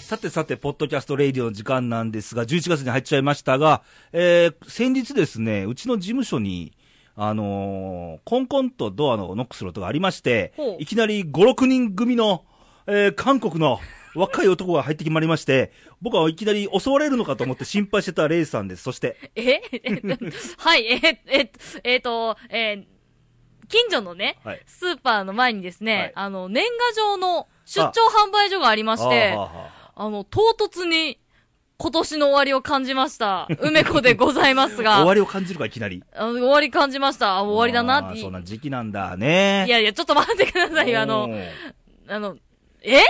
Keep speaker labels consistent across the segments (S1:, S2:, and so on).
S1: さてさて、ポッドキャストレイディオの時間なんですが、11月に入っちゃいましたが、えー、先日ですね、うちの事務所に、あのーコンコンとドアのノックする音がありまして
S2: ほ、う
S1: いきなり5、6人組の、えー韓国の若い男が入ってきまりまして、僕はいきなり襲われるのかと思って心配してたレイさんです。そして、
S2: え はい、え ー、えー、えーと、えー近所のね、
S1: はい
S2: スーパーの前にですね、
S1: はい
S2: あの、年賀状の出張販売所がありまして、
S1: あーは
S2: あ
S1: ーは
S2: の、唐突に今年の終わりを感じました。梅子でございます
S1: ー 終わ
S2: が、終わ
S1: りを感じるか、いきなり。
S2: り終わり感じました。あ終わりだな
S1: あ
S2: っ
S1: ー
S2: て。
S1: そんな時期なんだね。
S2: いやいや、ちょっと待ってくださいよ。あ
S1: お
S2: の、
S1: ー
S2: あの、え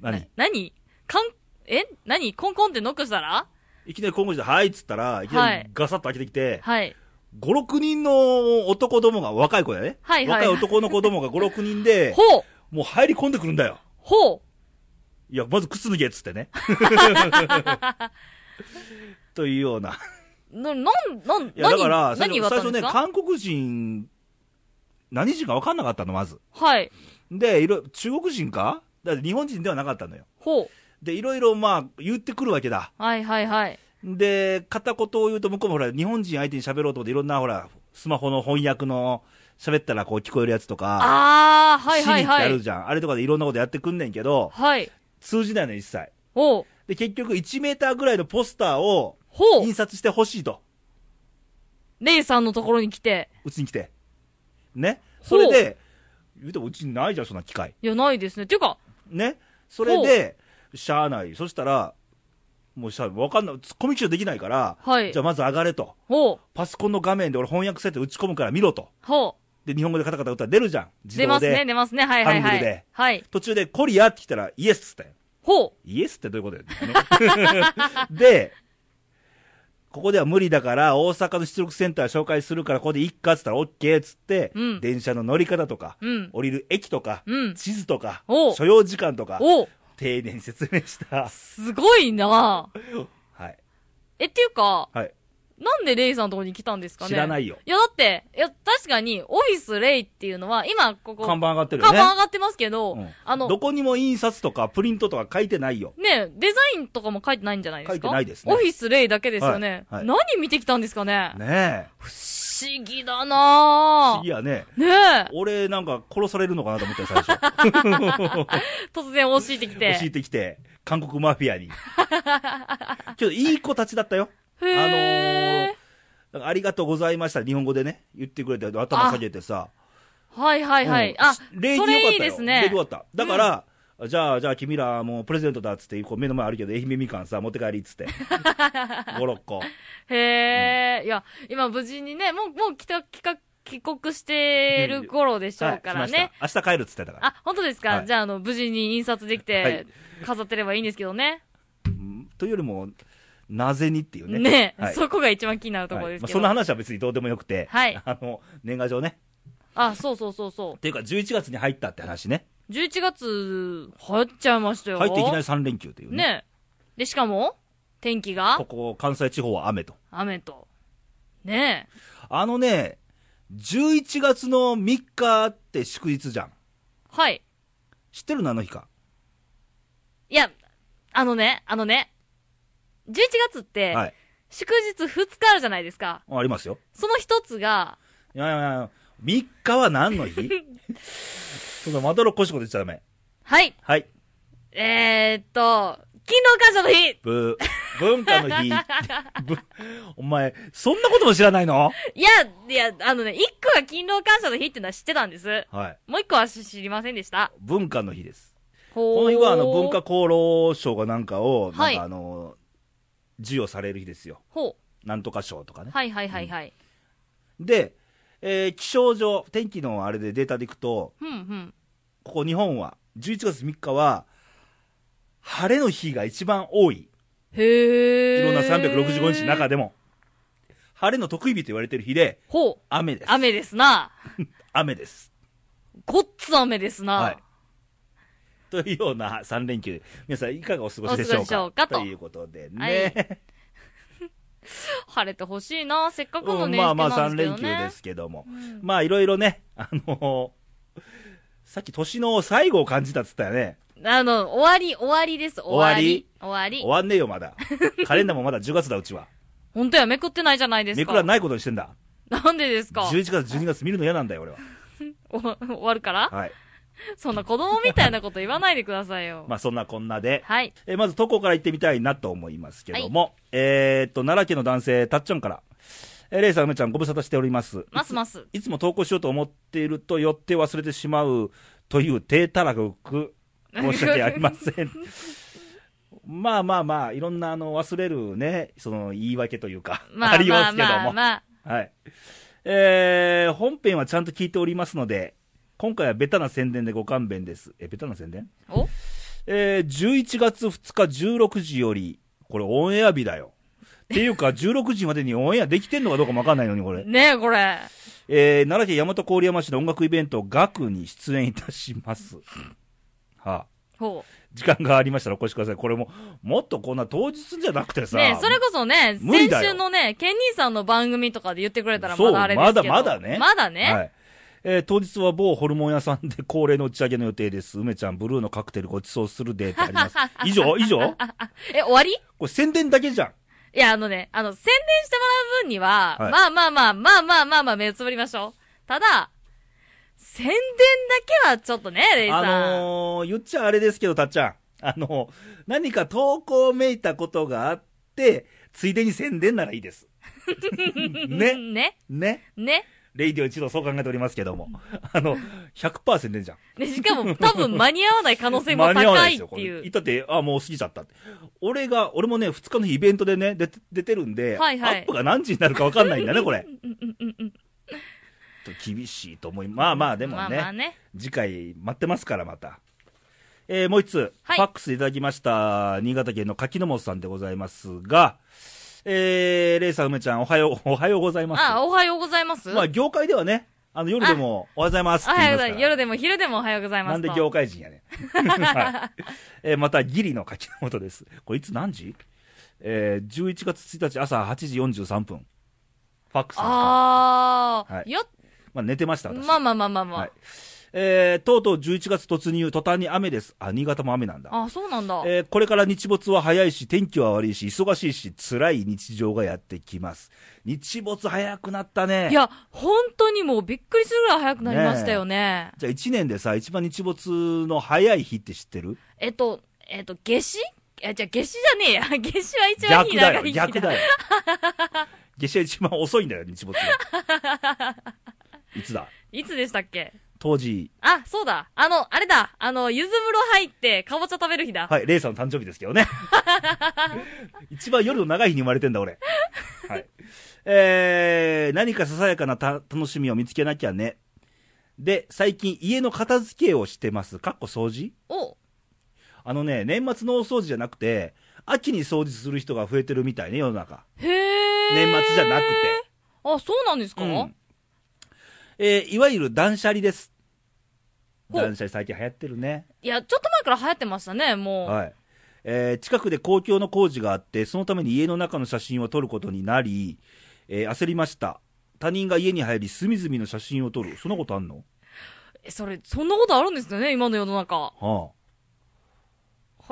S1: 何
S2: 何かん、え何コンコンってノックしたら
S1: いきなり今後で、はいっつったら、いきな
S2: は
S1: り
S2: い
S1: ガサッと開けてきて、
S2: はい。
S1: 5、6人の男どもが、若い子だね。
S2: はいは
S1: 若
S2: い
S1: い男の子ど もが5、6人で
S2: ほ、う
S1: もう入り込んでくるんだよ。
S2: ほう
S1: いや、まず靴脱げっつって ね。というような。
S2: な、なん、なん、
S1: いや、だ
S2: 何
S1: から、最
S2: 何
S1: 初
S2: があ
S1: 最
S2: ったん
S1: 初
S2: で
S1: ね、
S2: すか
S1: 韓国人、何人か分かんなかったの、まず。
S2: はい。
S1: で、いろ、中国人かだって日本人ではなかったのよ。
S2: ほ
S1: で、いろいろまあ、言ってくるわけだ。
S2: う。はいはいはい。
S1: で、片言を言うと、向こうもほら、日本人相手に喋ろうと思って、いろんなほら、スマホの翻訳の、喋ったらこう聞こえるやつとか、
S2: ああー、はい
S1: シリって
S2: はいは
S1: ある
S2: い。
S1: じゃん。あれとかでいろんなことやってくんねんけど、
S2: はい。
S1: 通じないの一切。
S2: ほう。
S1: で、結局1メーターぐらいのポスターを
S2: ほう
S1: 印。刷してほしいと、
S2: レイさんのところに来て。
S1: うちに来て。ね。そ
S2: ほ
S1: れ
S2: う
S1: で、言うてもうちにないじゃん、そんな機械。
S2: いや、ないですね。ていうか、
S1: ね。それで、しゃあない。そしたら、もうしゃあ、わかんない。ツッコミ機種できないから、
S2: はい
S1: じゃあまず上がれと。
S2: ほう。
S1: パソコンの画面で俺翻訳設定打ち込むから見ろと。
S2: ほう。
S1: で、日本語でカタカタ打ったら出るじゃん。自動で。
S2: 出ますね、出ますね。はいはい
S1: ハン
S2: は
S1: グルで
S2: い。はい。
S1: 途中で、コリアって来たら、イエスっつったよ。
S2: ほう。
S1: イエスってどういうことだよね。で、ここでは無理だから、大阪の出力センター紹介するから、ここでいっかっつったら、オッケーっつって、
S2: うん
S1: 電車の乗り方とか、
S2: うん
S1: 降りる駅とか、
S2: うん
S1: 地図とか、
S2: おう
S1: 所要時間とか、
S2: おう。
S1: 丁寧に説明した。
S2: すごいなあ
S1: はい。
S2: え、っていうか、
S1: はい。
S2: なんでレイさんのところに来たんですかね
S1: 知らないよ
S2: いや、だって、いや、確かに、オフィスレイっていうのは、今、ここ、
S1: 看板上がってるよ
S2: 看
S1: ね。
S2: 板上がってますけど、
S1: うん
S2: あの
S1: ど、こにも印刷とかプリントとか書いてないよ。
S2: ねデザインとかも書いてないんじゃないで
S1: 書
S2: すか
S1: いてないですね
S2: オフィス例だけですよね。
S1: はいはい
S2: 何見てきたんですかね
S1: ねえ。
S2: 不思議だ
S1: 不
S2: な
S1: 思議
S2: ぁ。
S1: やね。
S2: ねえ。
S1: 俺なんか殺されるのかなと思ったよ、最初。
S2: 突然押し入ってき
S1: 教え
S2: て。
S1: てきて、韓国マフィア に。けど、いい子たちだったよ。あ
S2: へ
S1: の
S2: ー
S1: ー、なんかありがとうございました、日本語でね、言ってくれて、頭下げてさ。
S2: はいはいはい。
S1: うん
S2: あ、
S1: 礼儀
S2: そ
S1: 良かった
S2: れ
S1: よ
S2: いいです
S1: 礼
S2: ね
S1: 儀。良かった。だから、じゃあ、じゃあ、君ら、もうプレゼントだっつって、こう目の前あるけど、愛媛みかんさ、持って帰りっつ って。5、6個。
S2: へえ、いや、今無事にね、もう、もう帰宅、帰宅帰国してる頃でしょうから
S1: はい
S2: ね。
S1: しました明日帰るっつってたから。
S2: あ、本当ですか、
S1: はい
S2: じゃあ、あの、無事に印刷でき
S1: はい
S2: て、飾ってればいいんですけどね。
S1: うんというよりも、なぜにっていうね。
S2: ね、
S1: はい
S2: そこが一番気になるところ
S1: はい
S2: で
S1: ますあ
S2: け
S1: そ
S2: ど。
S1: んな話は別にどうでもよくて、
S2: はい
S1: あの年賀状ね。
S2: あ、そうそうそうそう
S1: っ。ていうか、11月に入ったって話ね。
S2: 11月入っちゃいましたよ
S1: 入っていきなり3連休というね。
S2: ねでしかも天気が
S1: ここ、関西地方は雨と。
S2: 雨とねえ
S1: あのね、11月の3日って祝日じゃん。
S2: はい
S1: 知ってるのあの日か。
S2: いやあのねあのね11月って、
S1: はい。
S2: 祝日2日あるじゃないですか
S1: ありますよ。
S2: その一つが
S1: いやいやいや、3日は何 の日そんなまどろっこしいこと言っちゃダメ。
S2: はい
S1: はい。
S2: えー、っと勤労感謝の日
S1: ぶ、文化の日。ぶ、お前、そんなことも知らないの
S2: いやいやあのね1個が勤労感謝の日ってのは知ってたんです
S1: はい。
S2: もう1個は知りませんでした
S1: 文化の日です。
S2: こ
S1: この日はあの文化功労賞がなんかを、な
S2: は
S1: ん
S2: い
S1: かあの、授与される日ですよ。
S2: ほ
S1: なんとか賞とか
S2: う
S1: ね。
S2: はいはいはいはい、
S1: で、えー気象上、天気のあれでデータでいくと、
S2: ふんふん
S1: ここ日本は、11月3日は、晴れの日が一番多い。
S2: へ
S1: い
S2: え。
S1: ろんな365日の中でも。晴れの得意日と言われてる日で、
S2: ほう。
S1: 雨です。
S2: 雨ですな。
S1: 雨です。
S2: ごっつ雨ですな。
S1: はい。というような3連休。皆さんいかがお過ごしでしょう
S2: お過ごしでしょ
S1: か
S2: うかと
S1: ということでね。
S2: 晴れてほしいな。せっかくの
S1: うん
S2: 年
S1: まあ
S2: 休
S1: まあ
S2: な
S1: 3
S2: んですけ
S1: 連
S2: どね。
S1: 休ですけども。まあいろいろね、あのーさっき年の最後を感じたっつったよね。
S2: あの、終わり、終わりです。終わり。終わり。
S1: 終わんねえよ、まだ。カレンダーもまだ10月だ、うちは。
S2: 本当や、めくってないじゃないです
S1: め
S2: か。
S1: くらないことにしてんだ。
S2: なんでですか
S1: 11月、12月見るの嫌なんだよ、俺は。
S2: お終わるから
S1: はい。
S2: そんな子供みたいなこと言わないでくださいよ。
S1: まあ、そんなこんなで。
S2: はい。
S1: えーまず投稿から行ってみたいなと思いますけども、えーっと、奈良県の男性、たっちゃんから、えーレイさん、梅ちゃん、ご無沙汰しております。
S2: ますます。
S1: いつも投稿しようと思っていると、寄って忘れてしまうという低たらく、申し訳ありませ ん。まあまあまあ、いろんなあの忘れるね、その言い訳というか、
S2: ま
S1: あ
S2: あ
S1: り
S2: ま
S1: ま
S2: あ
S1: すけども。
S2: まあまあ。
S1: はい。えー、本編はちゃんと聞いておりますので、今回はベタな宣伝でご勘弁です。え、ベタな宣伝
S2: お
S1: えー、11月2日16時より、これオンエア日だよ。っていうか、16時ま でにオンエアできてんのかどうかもわかんないのに、これ。
S2: ねえ、これ。
S1: えー、奈良県大和郡山市の音楽イベント、学に出演いたします。はあ、
S2: ほ
S1: 時間がありましたらお越しください。これも、もっとこんな当日じゃなくて
S2: う。
S1: さ。
S2: ねえそれこそね、
S1: 無理
S2: 先
S1: だよ
S2: 週のね、ケニーさんの番組とかで言ってくれたら
S1: そう
S2: まだあれですけど。
S1: まだまだね
S2: まだね。
S1: はい。えー当日は某ホルモン屋さんで恒例の打ち上げの予定です。梅ちゃん、ブルーのカクテルご馳走するデータあり ます。以上以上
S2: え、終わりい
S1: これ宣伝だけじゃん。
S2: や、あのね、あの、宣伝してもらう分には、
S1: はい
S2: まあまあまあ、まあまあまあまあ、目つぶりましょう。ただ、宣伝だけはちょっとね、レイさ
S1: あ
S2: ん。
S1: のー、言っちゃあれですけど、たっちゃん。あのー何か投稿をめいたことがあって、ついでに宣伝ならいいです。 ね。
S2: ね。ね。
S1: ね。
S2: ね。
S1: レイディオ一度そう考えておりますけども。あの、100%宣伝じゃん。
S2: で、しかも多分間に合わない可能性も
S1: 間に合わ
S2: 高
S1: ないで
S2: い
S1: す
S2: っ
S1: よ、こ
S2: て
S1: れ。
S2: い。
S1: いうたって、あ、もう過ぎちゃったって。俺が、俺もね、2日の日イベントでね、出て出てるんで、
S2: はいはい
S1: アップが何時になるか分かんないんだね、これ。
S2: うんうんうんうん
S1: ちょっと厳しいと思い、まあまあ、でもね、
S2: まあまあね。
S1: 次回待ってますから、また。えーもう一つ、
S2: はい
S1: ファックスいただきました、新潟県の柿の本さんでございますが、えー、レイさん、梅ちゃん、おはよう、おはようございます。
S2: あ、おはようございます。
S1: まあ、業界ではね、あの、夜でも、おはようございます
S2: お
S1: って
S2: は
S1: 言い
S2: よ
S1: ま
S2: う
S1: すか
S2: ござい
S1: ら
S2: ます。夜でも昼でもおはようございます
S1: な
S2: と。
S1: んで業界人やねん。 はいえーまた、ギリの柿の本です。これいつ何時えー、11月1日朝8時43分。ファックスですか
S2: ああ、
S1: はい
S2: よ
S1: まあ、寝てました、私。
S2: まあまあまあまあまあ。
S1: はいえー、とうとう11月突入、途端に雨です。あ、新潟も雨なんだ。
S2: あ、そうなんだ。
S1: えーこれから日没は早いし、天気は悪いし、忙しいし、辛い日常がやってきます。日没早くなったね。
S2: いや、本当にもうびっくりするぐらい早くなりましたよね。
S1: じゃあ1年でさ、一番日没の早い日って知ってる
S2: えっと、えっと、夏至いや、じゃあ夏至じゃねえや。 夏至は一番
S1: 逆
S2: 日
S1: だ
S2: 長い
S1: よ、
S2: 日
S1: 逆だよ。夏至は一番遅いんだよ、日没が。いつだ
S2: いつでしたっけ
S1: 当時、
S2: あ、そうだ。あの、あれだ。あの、ゆず風呂入って、かぼちゃ食べる日だ。
S1: はい、レイさんの誕生日ですけどね。 一番夜の長い日に生まれてんだ、俺。はい。えー、何かささやかなた楽しみを見つけなきゃね。で、最近家の片付けをしてます。かっこ掃除
S2: お、
S1: あのね、年末の大掃除じゃなくて、秋に掃除する人が増えてるみたいね、世の中。
S2: へえ。
S1: 年末じゃなくて。
S2: あ、そうなんですか、
S1: うんえー、いわゆる断捨離です。
S2: ほう
S1: 断捨離最近流行ってるね。
S2: いや、ちょっと前から流行ってましたね、もう。
S1: はい。えー近くで公共の工事があって、そのために家の中の写真を撮ることになり、えー焦りました。他人が家に入り、隅々の写真を撮る。そんなことあんの
S2: えそれ、そんなことあるんですよね、今の世の中。
S1: はあ。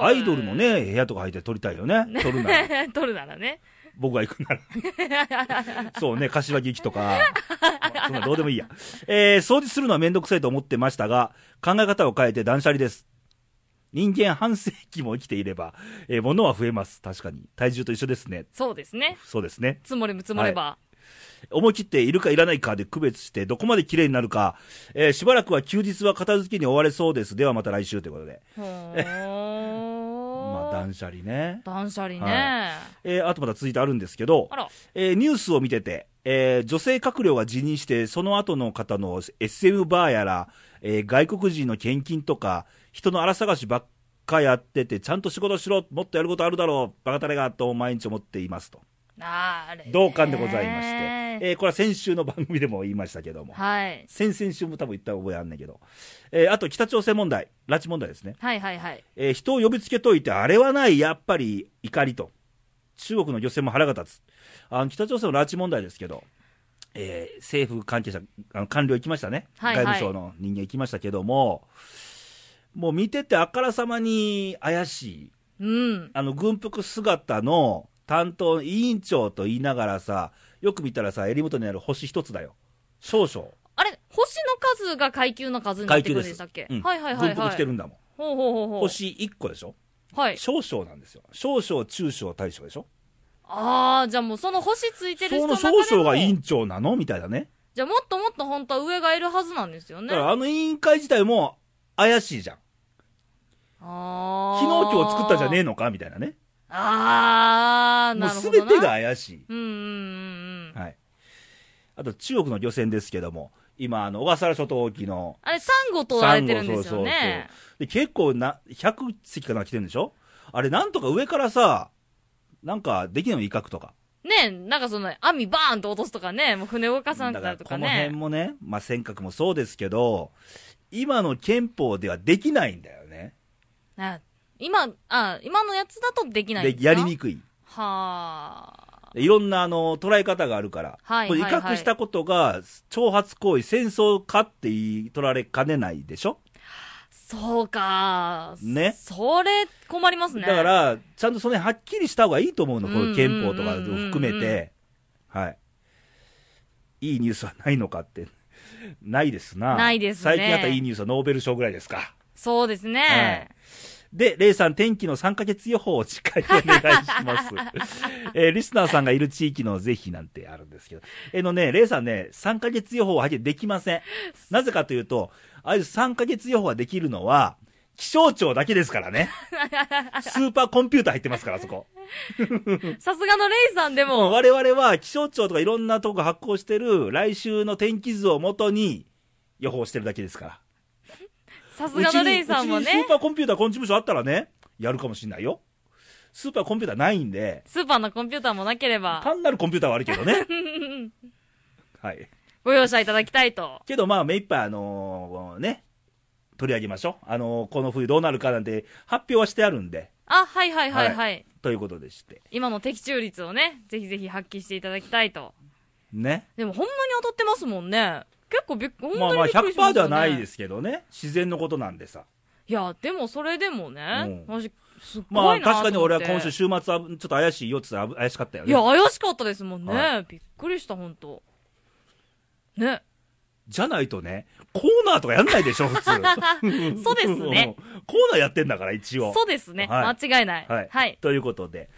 S1: アイドルの。ね、部屋とか入って撮りたいよ ね。撮るなら。
S2: 撮るならね。
S1: 僕が行くなら。 そうね、柏木行きとか。そんなどうでもいいや。えー掃除するのはめんどくさいと思ってましたが、考え方を変えて断捨離です。人間半世紀も生きていれば、えー物は増えます。確かに。体重と一緒ですね。
S2: そうですね。
S1: そうですね。
S2: 積もれば積もれば。
S1: 思い切っているかいらないかで区別して、どこまで綺麗になるか、えーしばらくは休日は片付けに追われそうです。ではまた来週ということで。
S2: ほ ー
S1: まあ、断捨離ね。
S2: 断捨離ね、
S1: はえーあとまた続いてあるんですけど
S2: あ、ら、
S1: えーニュースを見てて、えー女性閣僚が辞任して、その後の方の SM バーやら、えー外国人の献金とか、人の荒探しばっかやってて、ちゃんと仕事しろ、もっとやることあるだろう、バカタレが、と毎日思っていますと。
S2: あーれね
S1: 同感でございまして、えーこれは先週の番組でも言いましたけども。
S2: はい。
S1: 先々週も多分言った覚えあんねんけど、えーあと北朝鮮問題、拉致問題ですね、
S2: はいはいはい。
S1: えー人を呼びつけといて、あれはない、やっぱり怒りと、中国の漁船も腹が立つ、あの北朝鮮の拉致問題ですけど、えー政府関係者、あの官僚行きましたね、
S2: はいはい
S1: 外務省の人間行きましたけども、もう見ててあからさまに怪しい。
S2: うん。
S1: あの、軍服姿の担当委員長と言いながらさ、よく見たらさ、襟元にある星一つだよ。少々。
S2: あれ、星の数が階級の数になってくるんでしたっけ、
S1: うん
S2: はいはいはい
S1: 軍
S2: は
S1: 服
S2: い。
S1: 着てるんだもん。
S2: ほうほうほうほう。。
S1: 星1個でしょ
S2: はい。
S1: 少々なんですよ。少々、中小、大小でしょ
S2: あー、じゃあもうその星ついてる人
S1: そ
S2: の
S1: の
S2: 中
S1: 少
S2: でも
S1: 々が委員長なのみたいなね。
S2: じゃあもっともっと本当は上がいるはずなんですよね。
S1: だか
S2: あ
S1: らあの委員会自体も怪しいじゃん。
S2: あー。
S1: 昨日今日作ったんじゃねえのかみたいなね。
S2: あー、
S1: もう
S2: なるほど
S1: 全
S2: な。
S1: てが。怪しい。
S2: うんうんうんうん。
S1: はい。あと中国の漁船ですけども、今、あの、小笠原諸島沖の、
S2: あれ、サンゴとられてるんですよ
S1: サンゴ
S2: ね。
S1: で結構な、100隻かな来てるんでしょあれ、なんとか上からさ、なんかできないの威嚇とか。
S2: ねなんかその、網バーンと落とすとかね、もう船動かさなくなるとか
S1: この辺
S2: ね。
S1: もね、まあ、尖閣もそうですけど、今の憲法ではできないんだよね。
S2: あ今、あ、今のやつだとできないん
S1: で
S2: ですか
S1: やりにくい。
S2: はあ。
S1: いろんなあの捉え方があるから、
S2: はい
S1: これ威
S2: はいは
S1: 嚇
S2: い
S1: したことが挑発行為、戦争かって言い取られかねないでしょ、
S2: そうか。
S1: ね
S2: それ、困りますね。
S1: だか、ら、ちゃんとその辺はっきりした方がいいと思うの、こ
S2: うんうん
S1: の
S2: うん
S1: 憲法とかを含め
S2: うんうん
S1: て、はい、いいニュースはないのかって、ないですな、
S2: ないですね
S1: 最近あったいいニュースはノーベル賞ぐらいですか。
S2: そうですね。
S1: で、レイさん、天気の3ヶ月予報を次回お願いします。えーリスナーさんがいる地域のぜひなんてあるんですけど。えーのね、レイさんね、3ヶ月予報はできません。なぜかというと、ああいう3ヶ月予報ができるのは、気象庁だけですからね。スーパーコンピューター入ってますから、あそこ。
S2: さすがのレイさんでも、
S1: 我々は気象庁とかいろんなとこ発行してる来週の天気図をもとに予報してるだけですから。
S2: さす
S1: う
S2: が
S1: ちに
S2: のレイさんも
S1: うちに
S2: ね
S1: スー、パーコンピューターこの事務所あったらね、やるかもしれないよ。スーパーコンピューターないんで、
S2: スーパーのコンピューターもなければ、
S1: 単なるコンピューターはあるけど ね。はい。
S2: ご容赦いただきたいと。
S1: けどまあ、目いっぱい、あのーね、取り上げましょう。あのーこの冬どうなるかなんて発表はしてあるんで、
S2: あ、はいはいはいはい。
S1: はということでして。
S2: 今の的中率をね、ぜひぜひ発揮していただきたいと。
S1: ね。
S2: でも、ほんまに当たってますもんね。結構びっく、本
S1: まあ
S2: 当
S1: ま
S2: に
S1: あ
S2: びっくりしま
S1: 100%
S2: し
S1: で
S2: たね。
S1: はないですけどね。自然のことなんでさ。
S2: いや、でもそれでもね、
S1: う
S2: 私、すっ
S1: ま
S2: ご
S1: あ
S2: いなと思って。
S1: 確かに俺は今週週末はちょっと怪しいよって言ったら怪しかったよ
S2: いや、
S1: ね。
S2: 怪しかったですもんね。
S1: は
S2: びっくりした、ほんと。ね。
S1: じゃないとね、コーナーとかやんないでしょ、普通。
S2: そうですね。
S1: うん。コーナーやってんだから、一応。
S2: そうですね。
S1: はい
S2: 間違いない。
S1: は
S2: はいい。。はい。
S1: ということで、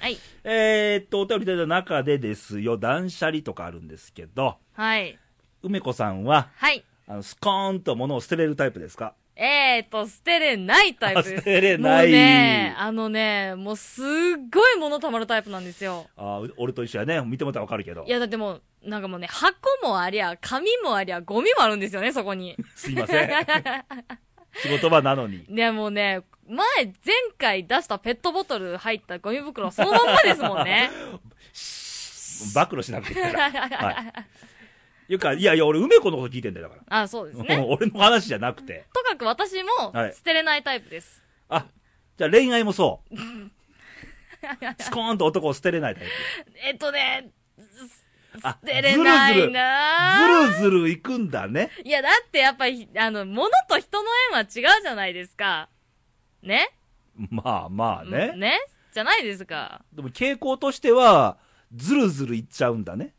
S1: えーっと、お便りいただいた中でですよ、断捨離とかあるんですけど、
S2: はい。
S1: 梅子さんは、
S2: はい。
S1: あのスコーンと物を捨てれるタイプですか
S2: えーと、捨てれないタイプです。
S1: あ捨てれない
S2: もうね、あのね、もうすっごい物溜まるタイプなんですよ。
S1: あー俺と一緒やね。見てもらったらわかるけど
S2: い。や、だってもう、なんかもうね、箱もありゃ、紙もありゃ、ゴミもあるんですよね、そ こに。
S1: すいま せん。仕事場なのに。
S2: ね、もうね、前、前回出したペットボトル入ったゴミ袋、そのまんまですも んね。
S1: 暴露しなくていいから。はい。いうか、いやいや、俺、梅子のこと聞いてんだよ、だか
S2: あ、そうです
S1: ら。
S2: ね。
S1: 俺の話じゃなくて。
S2: とかく私も
S1: はい、
S2: 捨てれないタイプです。
S1: あ、じゃあ恋愛も そう。スコーンと男を捨てれないタイプ。
S2: えっとね、
S1: あ、
S2: 捨てれない
S1: ず
S2: な
S1: る
S2: ぁ
S1: ずる。ずるずる行くんだね。
S2: いや、だってやっぱり、あの、物と人の縁は違うじゃないですか。ね
S1: まあまあね。
S2: ねじゃないですか。
S1: でも傾向としては、ずるずるいっちゃうんだね。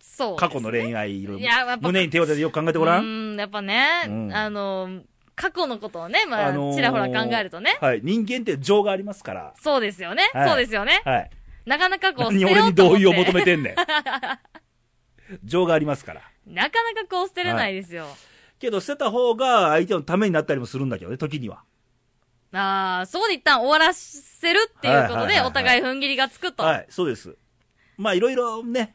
S2: そう。
S1: 過去の恋愛いろい
S2: いやや
S1: ろ
S2: っぱ
S1: 胸に手を当ててよく考えてごら。
S2: うんーん、やっぱね、
S1: うん
S2: あの、過去のことをね、まあ、
S1: のー
S2: ちらほら考えるとね。
S1: はい。人間って情がありますから。
S2: そうですよね、
S1: はい
S2: そうですよね。
S1: はい。
S2: なかなかこう、捨
S1: 何
S2: てよう
S1: 俺に
S2: と思っ
S1: 同
S2: て
S1: 意を求めてんねん。 情がありますから。
S2: なかなかこう、捨てれないですよ。
S1: けど捨てた方が相手のためになったりもするんだけどね、時には。
S2: ああ、そこで一旦終わらせるっていうこと
S1: はいはいはい
S2: で、
S1: はい
S2: お互い踏ん切りがつくと。
S1: はい、そうです。まあいろいろね、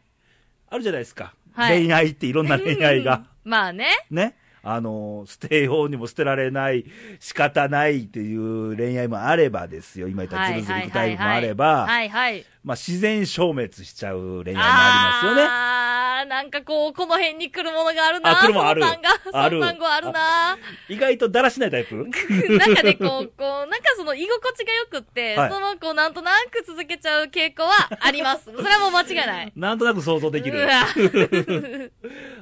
S1: あるじゃないですか。
S2: はい
S1: 恋愛っていろんな恋愛 が。
S2: まあね。
S1: ね。あの、捨てようにも捨てられない、仕方ないっていう恋愛もあればですよ。今言ったズルズルいくタイプもあれば、
S2: はいはい。
S1: まあ自然消滅しちゃう恋愛もありますよね。
S2: ああ、なんかこう、この辺に来るものがあるな。
S1: あ来るものある
S2: その単語、
S1: あ
S2: あ
S1: る
S2: る。単語あるな。
S1: 意外とだらしないタイプ
S2: なんかね、こう、こう、なんかその居心地が良くって、
S1: はい
S2: その、こう、なんとなく続けちゃう傾向はあり ます。それはもう間違いない。
S1: なんとなく想像でき
S2: う
S1: る。
S2: わ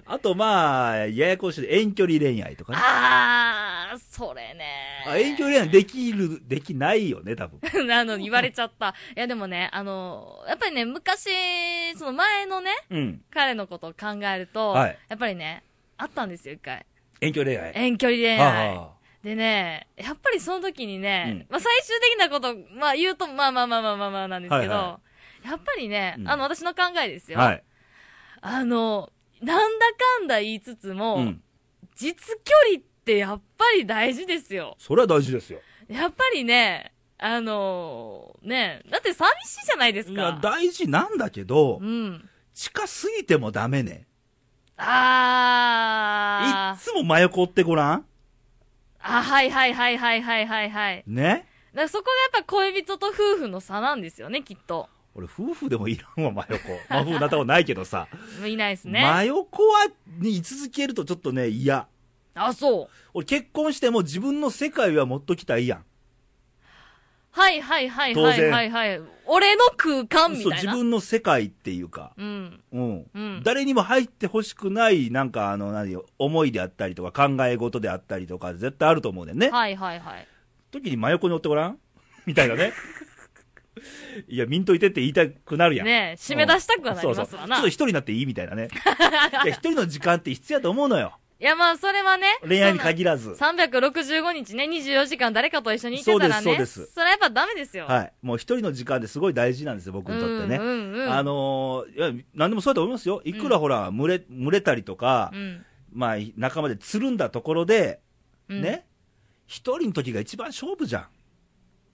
S1: あとまあ、ややこしい遠距離恋愛とかね。
S2: あー、それね。
S1: あ遠 距離恋愛できる、できないよね、多分。
S2: あの、言われちゃった。いや、でもね、あの、やっぱりね、昔、その前のね、
S1: うん。
S2: 彼のことを考えると、
S1: はい
S2: やっぱりね、あったんですよ、一回。
S1: 遠距離恋愛。
S2: 遠距離恋愛。
S1: あ
S2: でね、やっぱりその時にね、
S1: う
S2: まあ最終的なこと、まあ言うと、まあまあまあまあまあまあなんですけど、
S1: はいは
S2: やっぱりね、
S1: うん
S2: あの、私の考えです
S1: あ
S2: よ。
S1: はい。
S2: あの、なんだかんだ言いつつも、
S1: うん。
S2: 実距離ってやっぱり大事ですよ。
S1: それは大事ですよ。
S2: やっぱりね、あのーね、だって寂しいじゃないです
S1: いや、
S2: か。
S1: 大事なんだけど
S2: う、ん。
S1: 近すぎてもダメね。い
S2: あ
S1: っ
S2: ー。
S1: つも真横追ってごらん。
S2: あ、はいはいはいはいはいはいはい。
S1: ね。
S2: だからそこがやっぱ恋人と夫婦の差なんですよね、きっと。
S1: 俺、夫婦でもいらんわ、真 横。まあ、夫婦になったことないけどさ。
S2: いないです
S1: 真
S2: ね。
S1: 横は、に居続けるとちょっとね、嫌。
S2: あ、そう。
S1: 俺、結婚しても自分の世界は持っときたいやん。
S2: はいはいはい
S1: 当
S2: はい
S1: 然
S2: はいはい。俺の空間み
S1: そう、
S2: たい
S1: 自
S2: な。
S1: 分の世界っていうか。
S2: うん。
S1: うん。
S2: うん
S1: 誰にも入ってほしくない、なんか、あの、何よ、思いであったりとか、考え事であったりとか、絶対あると思うねんね。
S2: はいはいはい。
S1: 時に真横に追ってごらんみたいな ね。いや、見んといてって言いたくなるやん。
S2: ねえ締め出したくはなりますわな。
S1: そうそうちょっと一人になっていいみたいな ね。いや、一人の時間って必要やと思うのよ。
S2: いやまあそれはね。
S1: 恋愛に限らず。
S2: 365日ね、24時間誰かと一緒にいてたらね。
S1: そうですそうです
S2: それはやっぱダメですよ。
S1: はい。もう一人の時間ってすごい大事なんですよ、僕にとってね。
S2: うんうんうん。
S1: あのーいや、何でもそうだと思いますよ。いくらほら、群れ、群れたりとか、
S2: うん、
S1: まあ、仲間でつるんだところで、
S2: うん。
S1: ね、一人の時が一番勝負じゃん。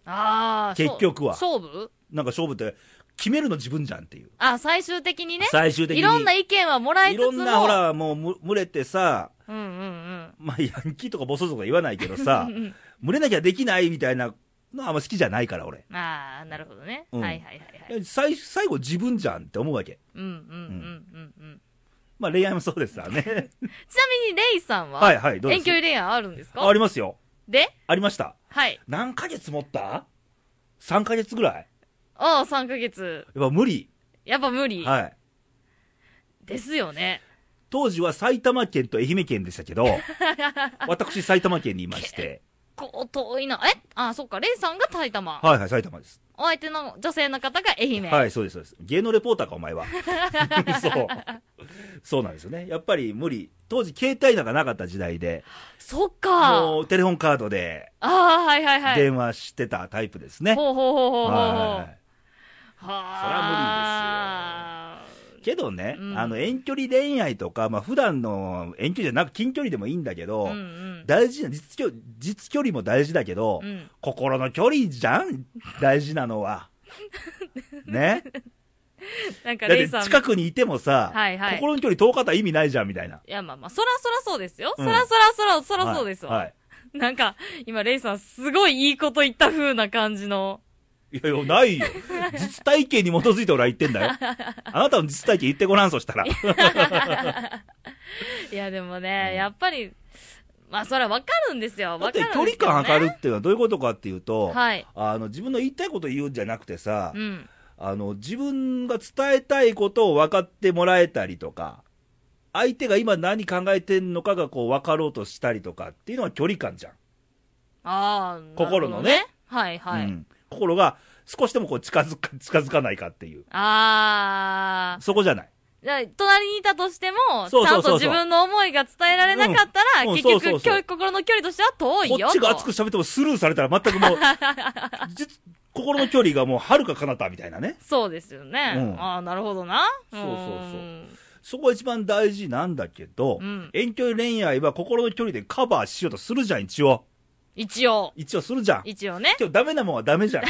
S2: ああ、
S1: 結局は
S2: そう勝負
S1: なんか勝負って、決めるの自分じゃんっていう。
S2: あ最終的にね。
S1: 最終的に。
S2: いろんな意見はもらい
S1: い
S2: つつも。
S1: ろんなほら、もうむ、群れてさ、
S2: うんうん
S1: まあ、ヤンキーとかボソとか言わないけど
S2: うん。
S1: さ
S2: う、ん
S1: 群れなきゃできないみたいなのはあんま好きじゃないから、俺。
S2: うん。ああ、なるほどね。
S1: うん
S2: はいはいはいはい。
S1: 最最後自分じゃんって思うわけ。
S2: うんうんうんうんうん。
S1: まあ恋愛もそうですからね。
S2: ちなみにレイさんは、
S1: はいはい、どうで
S2: 遠
S1: す
S2: 距離恋愛あるんです
S1: ああ
S2: か
S1: りますよ。
S2: で
S1: ありました。
S2: はい。
S1: 何ヶ月持った ?3 ヶ月ぐらい
S2: ああ、3ヶ月。
S1: やっぱ無理。
S2: やっぱ無理。
S1: はい。
S2: ですよね。
S1: 当時は埼玉県と愛媛県でした けど、私埼玉県にいまして、
S2: こう遠いな。えああ、そっか。レイさんが埼玉。
S1: はいはい、埼玉です。
S2: お相手の女性の方が愛媛。
S1: はい、そうです、そうです。芸能レポーターか、お前 は。そう。そうなんですよね。やっぱり無理。当時携帯なんかなかった時代で、
S2: そ
S1: も
S2: っか。
S1: うテレホンカードで
S2: ああ、はいはいはい。
S1: 電話してたタイプですね。
S2: ほうほうほうほうほうほう。
S1: は
S2: それ
S1: は
S2: 無理ですよ。
S1: い。けどね、
S2: うん
S1: あの遠距離恋愛とか、まあ普段の遠距離じゃなく近距離でもいいんだけど、
S2: うんうん
S1: 大事な実距、実距離も大事だけど、
S2: うん
S1: 心の距離じゃん、大事なの は。ね、
S2: なんか
S1: だって
S2: レイさん。
S1: 近くにいてもさ、
S2: はいはい
S1: 心の距離遠かったら意味ないじゃんみたいな。
S2: いやまあまあ、そらそらそうですよ。
S1: う
S2: そ
S1: ん
S2: らそらそら、そらそうですわ。
S1: はい。
S2: なんか、今レイさんすごいいいこと言った風な感じの。
S1: はい、いやいや、ないよ。実体験に基づいて俺は言って んだよ。あなたの実体験言ってごらん、そしたら。
S2: いやでも
S1: う
S2: ね、
S1: ん
S2: やっぱり、まあそらわかるんですよ。
S1: だ
S2: わ
S1: っ
S2: か
S1: て
S2: るんです
S1: 距離
S2: けどね
S1: 感測るっていうのはどういうことかっていうと、
S2: はい。
S1: あの自分の言いたいこと言うんじゃなくてさ、
S2: うん。
S1: あの自分が伝えたいことを分かってもらえたりとか、相手が今何考えてんのかがこう分かろうとしたりとかっていうのは距離感じゃん。
S2: ああ、
S1: 心のね
S2: なるほど。はいはい。
S1: うん心が少しでもこう近づか近づかないかっていう、
S2: ああ。
S1: そこじゃない。
S2: じゃあ隣にいたとしても、ち
S1: そう
S2: ゃ
S1: そ
S2: ん
S1: うそ
S2: と
S1: うそう
S2: 自分の思いが伝えられなかったら、
S1: うんうん
S2: 結
S1: そうそう
S2: 局
S1: そ
S2: 距
S1: う
S2: 離、心の距離としては遠い
S1: こ
S2: よ。
S1: っちが
S2: と
S1: 熱く喋ってもスルーされたら全く もう、じ心の距離がもう遥か彼方みたいなね。
S2: そうですよね。
S1: うん
S2: ああ、なるほどな。
S1: そうそうそうんそこが一番大事なんだけど、
S2: うん
S1: 遠距離恋愛は心の距離でカバーしようとするじゃん、一応。
S2: 一応。
S1: 一応するじゃん。。
S2: 一応ね
S1: 今日ダメなもんはダメじゃん。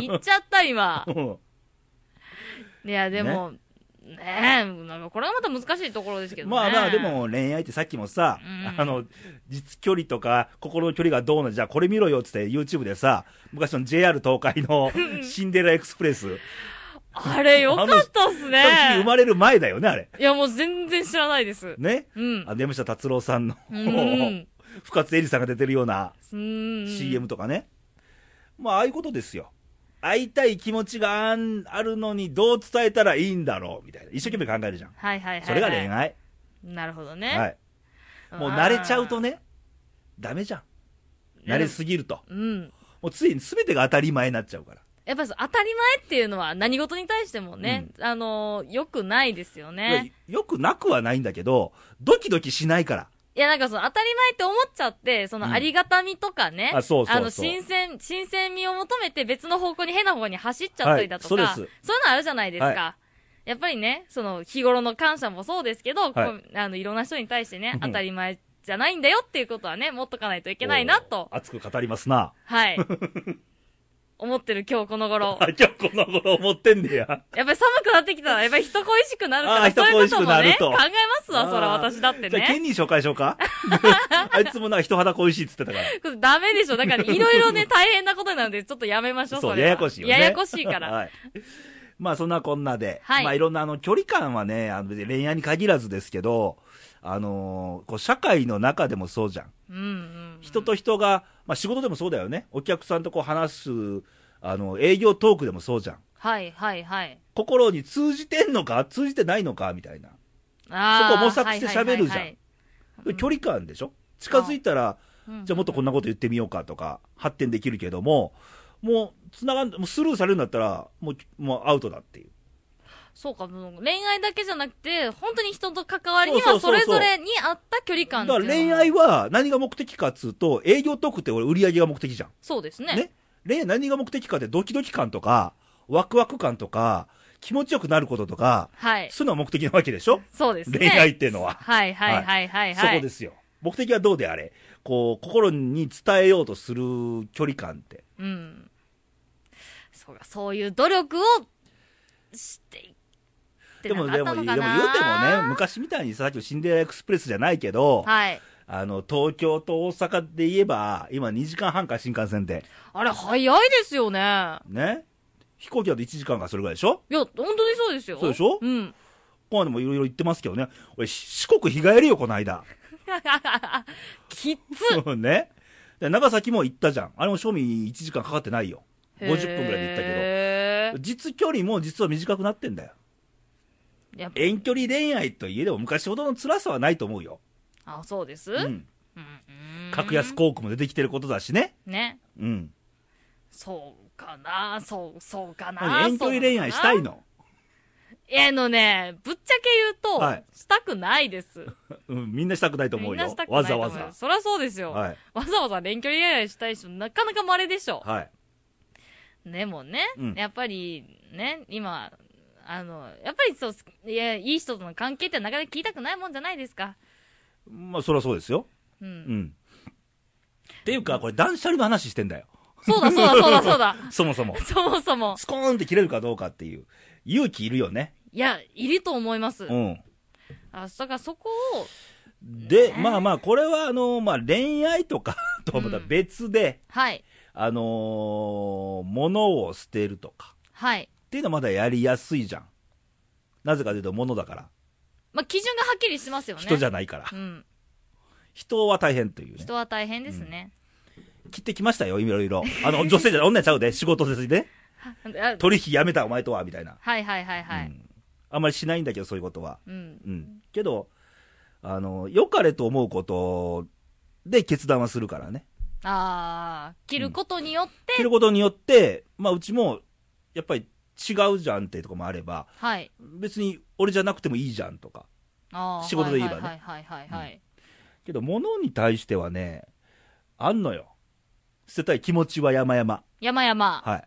S2: 言っちゃった、今。
S1: うん
S2: いや、でも、ねえ、なんかこれはまた難しいところですけどね。
S1: まあまあ、で。も恋愛ってさっきもさ、
S2: うん
S1: あの、実距離とか心の距離がどうのじゃあこれ見ろよっつって YouTube でさ、昔の JR 東海 のシンデレラエクスプレス、
S2: あれ、よかったっす
S1: 多分生
S2: ね。
S1: まれる前だよね、あれ。
S2: いや、もう全然知らないです。
S1: ね。
S2: うん。
S1: あの山下達郎さんの、
S2: うん
S1: 深津絵里さんが出てるような
S2: うん
S1: CM とかね。まあ、ああいうことですよ。会いたい気持ちがあんあるのにどう伝えたらいいんだろうみたいな。一生懸命考えるじゃん。
S2: はいはいはいはい。
S1: それが恋愛。
S2: なるほどね。
S1: はい。もう慣れちゃうとね、ダメじゃん。慣れすぎると。
S2: うん。
S1: もうついに全てが当たり前になっちゃうから。
S2: やっぱりそう当たり前っていうのは何事に対してもね、あのー、良くないですよね。
S1: よくなくはないんだけど、ドキドキしないから。
S2: いや、なんかその当たり前って思っちゃって、そ
S1: うん
S2: のありがたみとかね、
S1: あそうそうそう
S2: の、新鮮、新鮮味を求めて別の方向に変な方向に走っちゃったりだとか、
S1: はいそうで
S2: いうのあるじゃないですか。
S1: は
S2: やっぱりね、その日頃の感謝もそうですけど、こうあのいろんな人に対してね
S1: うん、
S2: 当たり前じゃないんだよっていうことはね、持っとかないといけないなと
S1: おー、熱く語りますな。
S2: はい。思ってる今日こ の頃。
S1: あ、今日この頃思ってんねや。
S2: やっぱり寒くなってきたら、やっぱり人恋しくなるか
S1: あー
S2: ら、
S1: 人
S2: そうい
S1: 恋
S2: う
S1: し
S2: こと
S1: く
S2: も
S1: なる
S2: ね、
S1: と
S2: 考えますわ、そら私だって
S1: じゃあ、ケ
S2: ね。
S1: ンに紹介しよう か。あいつもな、人肌恋しいっつってたから。
S2: これダメでしょ。だから、いろいろね、大変なことなので、ちょっとやめましょう、そ
S1: そう、
S2: れは
S1: ややこしいよね。
S2: ややこしいから。
S1: はい。まあ、そんなこんなで、
S2: はい
S1: まあ、いろんなあの距離感はね、あの別に恋愛に限らずですけど、あのーこう社会の中でもそうじゃん。
S2: うんうん。
S1: 人と人が、まあ、仕事でもそうだよね。お客さんとこう話す、あの、営業トークでもそうじゃん。
S2: はい、はい、はい。
S1: 心に通じてんのか通じてないのかみたいな。
S2: あー
S1: そこ模索して喋るじゃん
S2: はいはいうん
S1: 距離感でしょ近づいたら、
S2: はいはい
S1: じゃあもっとこんなこと言ってみようかとか、発展できるけども、もう、つながん、もうスルーされるんだったら、もう、もうアウトだっていう。
S2: そうか、もう恋愛だけじゃなくて、本当に人と関わりに
S1: そう
S2: は、
S1: そ
S2: そう
S1: そうそ
S2: れ
S1: う
S2: ぞれに合った距離感
S1: だ
S2: って
S1: か
S2: い
S1: ら
S2: うのは
S1: 恋愛は何が目的かっつうと、営業トークって俺売り上げが目的じゃん。
S2: そうですね。
S1: ね恋愛何が目的かってドキドキ感とか、ワクワク感とか、気持ちよくなることとか、
S2: はい。
S1: そういうのが目的なわけでしょ
S2: そうですね。
S1: 恋愛っていうのは。
S2: はい、はい、はい、はい、
S1: そ
S2: はい。
S1: こですよ。目的はどうであれ、こう、心に伝えようとする距離感って。
S2: うん。そうか、そういう努力をしていって
S1: で
S2: なか
S1: も、
S2: っ
S1: でも、で
S2: た
S1: も
S2: のかな
S1: 言うてもね、昔みたいにさっきのシンデレラエクスプレスじゃないけど、
S2: はい。
S1: あの、東京と大阪で言えば、今2時間半か、新幹線で。
S2: あれ、早いですよね。いや、
S1: ね飛行機だと1時間か、それぐらいでしょ
S2: 本当にそうですよ。
S1: そうでしょ
S2: うん。
S1: ここまでもいろいろ言ってますけどね。俺、し四国日帰れよ、この間。
S2: きっつ。
S1: そう ね。で長崎も行ったじゃん。あれも賞味1時間かかってないよ。50分ぐらいで行ったけ
S2: け
S1: ど。実距離も実は短くなってんだよ。
S2: ど。やっ
S1: 遠距離恋愛といえども昔ほどの辛さはないと思うよ。
S2: ぱあ、そうです。
S1: う
S2: うん
S1: ん。
S2: うん
S1: 格安航空も出てきてることだしね。
S2: ね。
S1: うん。
S2: そうかな、そう、そうかな。
S1: 遠距離恋愛したい
S2: の
S1: の。
S2: えのね、ぶっちゃけ言うと、
S1: はい
S2: したくないです。
S1: うん、みんなしたくないと思
S2: み
S1: うん
S2: な
S1: よ
S2: し。たくな
S1: わ
S2: いと
S1: ざ
S2: 思う
S1: わ
S2: よ
S1: ざ。
S2: そりゃそうですよ。
S1: はい。
S2: わざわざ遠距離恋愛したい人、なかなか稀でしょ。
S1: はい。
S2: でもね、
S1: うん
S2: やっぱりね、今、あの、やっぱりそう、いや、いい人との関係ってなかなか聞いたくないもんじゃないですか。
S1: まあ、そりゃそうですよ。
S2: う。
S1: うんん。っていうか、これ断捨離の話してんだよ。
S2: そうだ、そうだ、そうだ、そうだ。
S1: そもそ も。
S2: そもそも。
S1: スコーンって切れるかどうかっていう。勇気いるよね。
S2: いや、いると思います。
S1: うん。
S2: あ、だからそこを、
S1: で、
S2: ね
S1: まあまあ、これは、あの、まあ、恋愛とか とはまた別で、
S2: はい、
S1: あのー物を捨てるとか。
S2: はい。
S1: っていうのはまだやりやすいじゃん。なぜかというと、物だから。
S2: まあ、基準がはっきりしてますよね。
S1: 人じゃないから。
S2: うん。
S1: 人は大変というね。
S2: 人は大変ですね。
S1: 切ってきましたよ、いろいろ。あの、女 性じゃ、女ちゃうで、仕事ですね。
S2: あ
S1: 取引やめた、お前とは、みたいな。
S2: はい、はい、はい、は
S1: う
S2: い。
S1: んあんまりしないんだけど、そういうことは。
S2: うん。
S1: うん。けど、あの、良かれと思うことで決断はするからね。
S2: ああ、切ることによって、
S1: 切ることによって、まあ、うちも、やっぱり違うじゃんってとこもあれば、
S2: はい。
S1: 別に俺じゃなくてもいいじゃんとか。
S2: あー
S1: 仕事で言えばね
S2: はい、はい、はい、はいはい。
S1: けど、物に対してはね、あんのよ。捨てたい気持ちは山々。
S2: 山々。
S1: はい。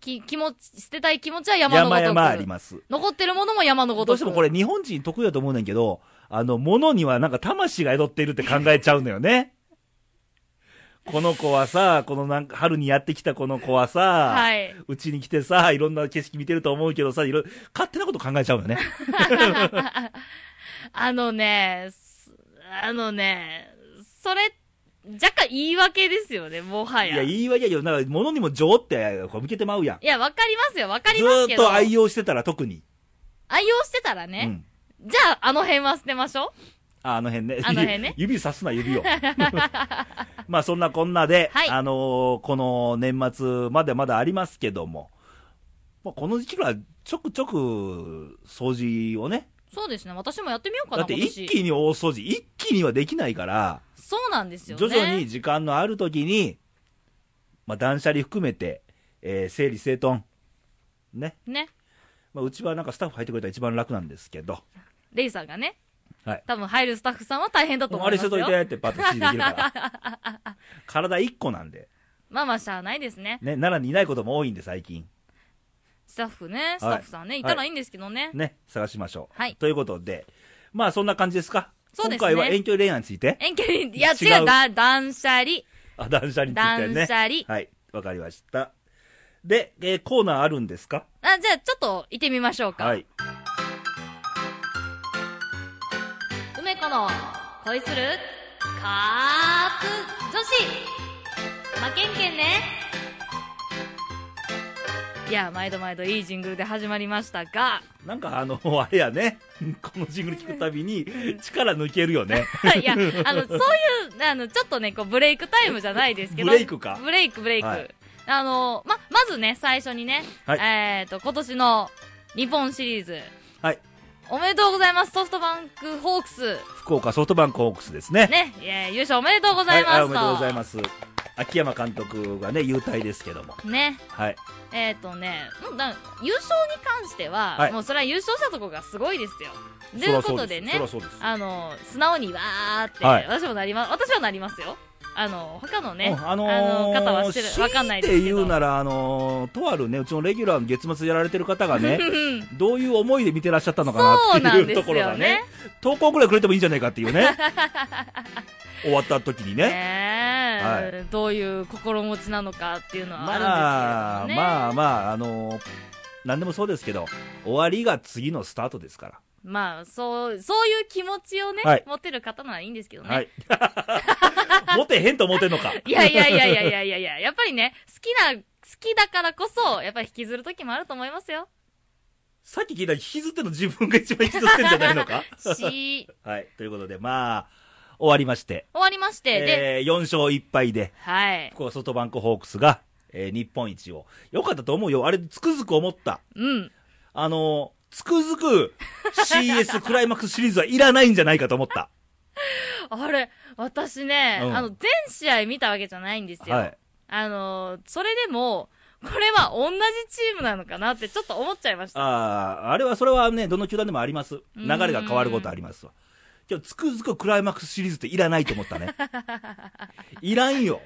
S2: き気持ち、捨てたい気持ちは山のごと
S1: 山
S2: く。
S1: 々あります。
S2: 残ってるものも山のごとく。
S1: どうしてもこれ日本人得意だと思うねんけど、あの、物にはなんか魂が宿っているって考えちゃうのよ ね。この子はさ、このなんか春にやってきたこの子はさ、
S2: はい。
S1: うちに来てさ、いろんな景色見てると思うけどさ、いろいろ、勝手なこと考えちゃうよね。
S2: あのね、すあのね、それ、若干言い訳ですよね、もはいや。
S1: や、
S2: い
S1: 言い訳やけど、なんか物にも情って、こう向けてまうやん。
S2: や、わかりますよ、わかり
S1: ず
S2: ます
S1: ーっ
S2: けど。
S1: と愛用してたら特に。
S2: 愛用してたら
S1: う
S2: ね、
S1: ん。
S2: じゃあ、あの辺は捨てましょう。
S1: ああの辺ね。
S2: あの辺ね
S1: 指さすな、 指を。まあ、そんなこんなで、
S2: はい
S1: あのーこの年末までまだありますけども、まあ、この時期はちょくちょく掃除をね、
S2: そうですね、私もやってみようか
S1: だ
S2: な、
S1: って
S2: 今年
S1: 一気に大掃除、一気にはできないから、
S2: そうなんですよね。
S1: 徐々に時間のある時に、まあ、断捨離含めて、えー整理整頓。ね。
S2: ね。
S1: まあ、うちはなんかスタッフ入ってくれたら一番楽なんですけど。
S2: レイさんがね。
S1: はい
S2: 多分入るスタッフさんは大変だと
S1: もう
S2: 思
S1: あ
S2: い
S1: れ
S2: ま
S1: し
S2: す
S1: とい
S2: よ。
S1: てってパッと指示できるから。 体一個なんで。
S2: まあまあしゃあないですね。
S1: ね、奈良にいないことも多いんで最近。
S2: スタッフね、スタッフさんね、い、たらいいんですけどね。
S1: ね、探しましょう。
S2: はい
S1: ということで、まあそんな感じですか。
S2: そうですね
S1: 今回は遠距離恋愛について、
S2: 遠距離、いや
S1: 違う
S2: 違う、だ断捨離。
S1: あ断捨離について
S2: 断
S1: ね。
S2: 捨離。
S1: はい、わかりました。で、えーコーナーあるんですか
S2: あ、じゃあちょっと行ってみましょうか。
S1: はい。
S2: 梅子の恋するカープ女子負けんけんねいや毎度毎度いいジングルで始まりましたが
S1: なんかあの、 あれやね、このジングル聞くたびに力抜けるよ ね。
S2: いやあのそういうあのちょっとねこうブレイクタイムじゃないですけど
S1: ブレイクか
S2: ブレイクブレイク、
S1: はい
S2: あのままずね最初にね、
S1: はい
S2: えっ、と今年の日本シリーズ
S1: はい。
S2: おめでとうございますソフトバンクホークス
S1: 福岡ソフトバンクホークスですね。
S2: ねいや優勝おめでとうございます
S1: はい、あ
S2: と
S1: おめでとうございます。秋山監督がね、優待ですけども。
S2: ね
S1: はい。
S2: えっ、とね、もうだ優勝に関しては、
S1: はい
S2: もうそれは優勝したとこがすごいですよ。ということでね
S1: そ、らそうです。そら
S2: あの素直にわーって、
S1: はい
S2: 私もなります、私はなりますよ。あの他のね、
S1: そうです
S2: あの方は知るわかんないです
S1: 強
S2: け
S1: いて言
S2: ど。
S1: うなら、あのーとあるね、うちのレギュラーの月末やられてる方が ね、 どういう思いで見てらっしゃったのか
S2: そう
S1: な
S2: な
S1: って
S2: ん
S1: い
S2: で
S1: う
S2: す
S1: と
S2: よ
S1: ころがね
S2: ね。、
S1: 投稿ぐらいくれてもいいんじゃないかっていう ね。終わった時に
S2: ね
S1: ね。
S2: えどういう心持ちなのかっていうのは
S1: ま
S2: あ
S1: あ、
S2: るんですけれどもね。
S1: まあまあ、あのー何でもそうですけど、終わりが次のスタートですから。
S2: まあ、そう、そういう気持ちをね、
S1: はい
S2: 持ってる方ならいいんですけどね。
S1: はい。 モテへんと思ってんのか。
S2: いやいやいやいやいやいやいや、やっぱりね、好きな、好きだからこそ、やっぱり引きずる時もあると思いますよ。
S1: さっき聞いた引きずってんの自分が一番引きずってんじゃないのか
S2: し、終
S1: はい。ということで、まあ、終わりまして、
S2: わりまして、で、
S1: えー、4勝1敗で、
S2: はい。
S1: ここソフトバンクホークスが、えー日本一を。よかったと思うよ。あれ、つくづく思った。
S2: うん。
S1: あのーつくづく CS クライマックスシリーズはいらないんじゃないかと思った。
S2: あれ、私ね、
S1: うん
S2: あの、全試合見たわけじゃないんですよ。
S1: はい。
S2: あのー、それでも、これは同じチームなのかなってちょっと思っちゃいました。
S1: ああ、あれは、それはね、どの球団でもあります。流
S2: ん
S1: れが変わることありますわ。けど、つくづくクライマックスシリーズっていらないと思 ったね。いらんよ。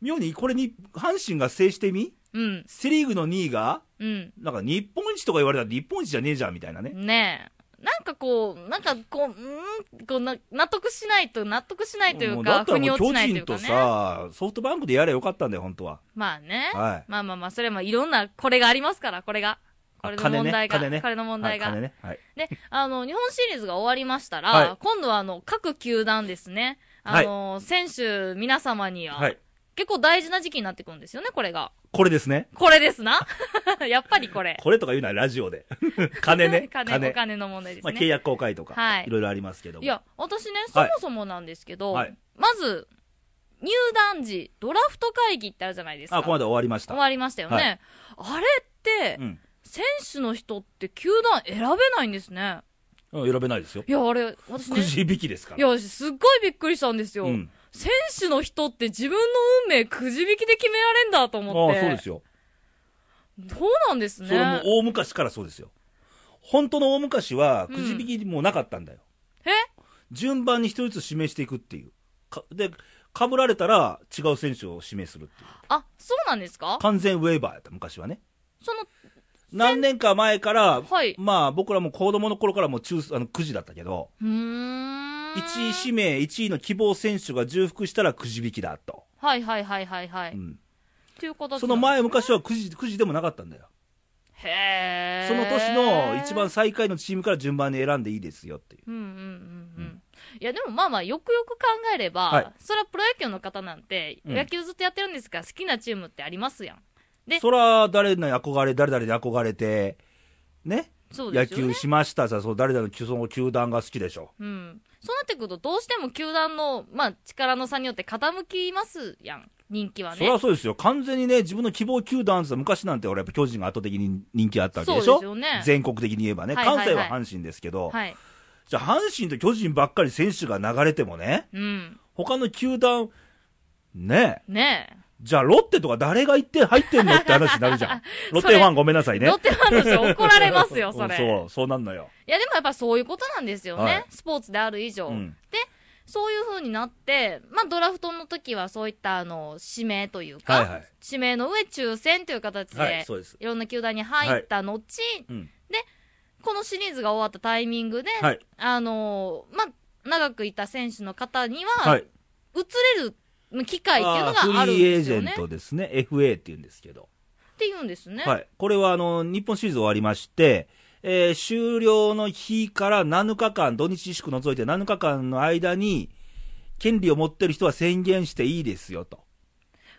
S1: 妙に、これに、阪神が制してみ
S2: うん。
S1: セリーグの2位が、
S2: うん。
S1: なんか日本一とか言われたら日本一じゃねえじゃんみたいなね。
S2: ねえ。なんかこう、なんかこう、うーんこうな、納得しないと、納得しないという
S1: もうだ
S2: か、
S1: った
S2: 腑
S1: ら
S2: に
S1: もう
S2: 落
S1: 巨
S2: ちないとい
S1: 人
S2: うか
S1: と
S2: ね。
S1: さ、ソフトバンクでやればよかったんだよ、本当は。
S2: まあね。
S1: はい
S2: まあまあまあ、それもいろんな、これがありますから、これが。これの問題が。
S1: 金ね。金ね。
S2: の問題が。
S1: はい金ね。はい。
S2: で、あの、日本シリーズが終わりましたら、
S1: はい
S2: 今度はあの、各球団ですね。あの、選手皆様には、
S1: はい。
S2: 結構大事な時期になってくるんですよね、これが。
S1: これですね。
S2: これですな。 やっぱりこれ。
S1: これとか言うならラジオ で。金ね。
S2: 金お金の問題です
S1: まあ、
S2: ね。
S1: 契約公開とか、
S2: はい
S1: いろいろありますけども。
S2: いや、私ね、そ
S1: はい
S2: もそもなんですけど、
S1: はい
S2: まず、入団時、ドラフト会議ってあるじゃないですか。
S1: あ、ここまで終わりました。
S2: 終わりましたよね。あれって、
S1: うん。
S2: 選手の人って球団選べないんですね。
S1: うん、選べないですよ。
S2: いや、あれ、私
S1: く
S2: ね。
S1: じ引きですか
S2: い
S1: ら。
S2: や、すっごいびっくりしたんですよ。
S1: うん。
S2: 選手の人って自分の運命くじ引きで決められんだと
S1: ああ、
S2: 思
S1: そう
S2: って。
S1: ですよ。
S2: そうなんですね。
S1: それも大昔からそうですよ。本当の大昔は、
S2: うん
S1: くじ引きもなかったんだよ。
S2: え
S1: 順番に一人ずつ指名していくっていう。かで、被られたら違う選手を指名するっていう。
S2: あ、そうなんですか
S1: 完全ウェーバーやった、昔はね。
S2: その、
S1: 何年か前から、
S2: はい
S1: まあ僕らも子供の頃からもう中、あの、くじだったけど、
S2: うーん。
S1: 1位指名、1位の希望選手が重複したらくじ引きだと。
S2: はいはいはいはいはい。
S1: う
S2: っ
S1: ん。
S2: ていうこと
S1: その。前昔はくじ、くじでもなかったんだよ。
S2: へー
S1: その年の一番。最下位のチームから順番に選んでいいですよっていう。
S2: うんうんうんうん。いや、でもまあまあ、よくよく考えれば、
S1: はい
S2: それはプロ野球の方なんて、
S1: うん
S2: 野球ずっとやってるんですから、好きなチームってありますやん。で
S1: そら、誰に憧れ、誰々に憧れて、ね、
S2: そうで
S1: 野
S2: すよね。
S1: 球しましたさ、そう誰々の球その球団が好きでしょ。
S2: うん、そうなってくると、どうしても球団の、まあ、力の差によって傾きますやん、人気は
S1: そ
S2: ね
S1: り。ゃそうですよ。完全にね、自分の希望球団って昔なんて俺やっぱ巨人が圧倒的に人気あったわけでしょ
S2: そうですよね
S1: 全国的に言えばね。
S2: はいはいは
S1: 関
S2: い
S1: 西は阪神ですけど、
S2: はい。
S1: じゃあ阪神と巨人ばっかり選手が流れてもね、
S2: うん。
S1: 他の球団、ねえ。
S2: ねえ。
S1: じゃあ、ロッテとか誰が行って入ってんのって話になるじ ゃん。ロッテファンごめんなさいね。
S2: ロッテファンとして怒られますよ、
S1: う
S2: そ
S1: ん
S2: れ。
S1: そう、そうなんのよ。
S2: いや、でもやっぱそういうことなんですよね。
S1: はい
S2: スポーツである以上。
S1: うん
S2: で、そういう風になって、まあドラフトの時はそういったあの、指名というか、
S1: はいはい
S2: 指名の上抽選という形で、
S1: はい、
S2: い
S1: そうです。
S2: ろんな球団に入った後、
S1: うん。
S2: このシリーズが終わったタイミングで、
S1: はい。
S2: あのーまあ、長くいた選手の方に
S1: は
S2: は、移
S1: い。
S2: れるまあ機会っていうのが
S1: あー
S2: あ
S1: フ
S2: るん
S1: リーエー
S2: です
S1: ジェ
S2: よ
S1: ン
S2: ね。
S1: トですね。FA って言うんですけど。
S2: っていうんですね。
S1: はい。これは、あの、日本シリーズ終わりまして、えー終了の日から7日間、土日祝除いて7日間の間に、権利を持ってる人は宣言していいですよ、と。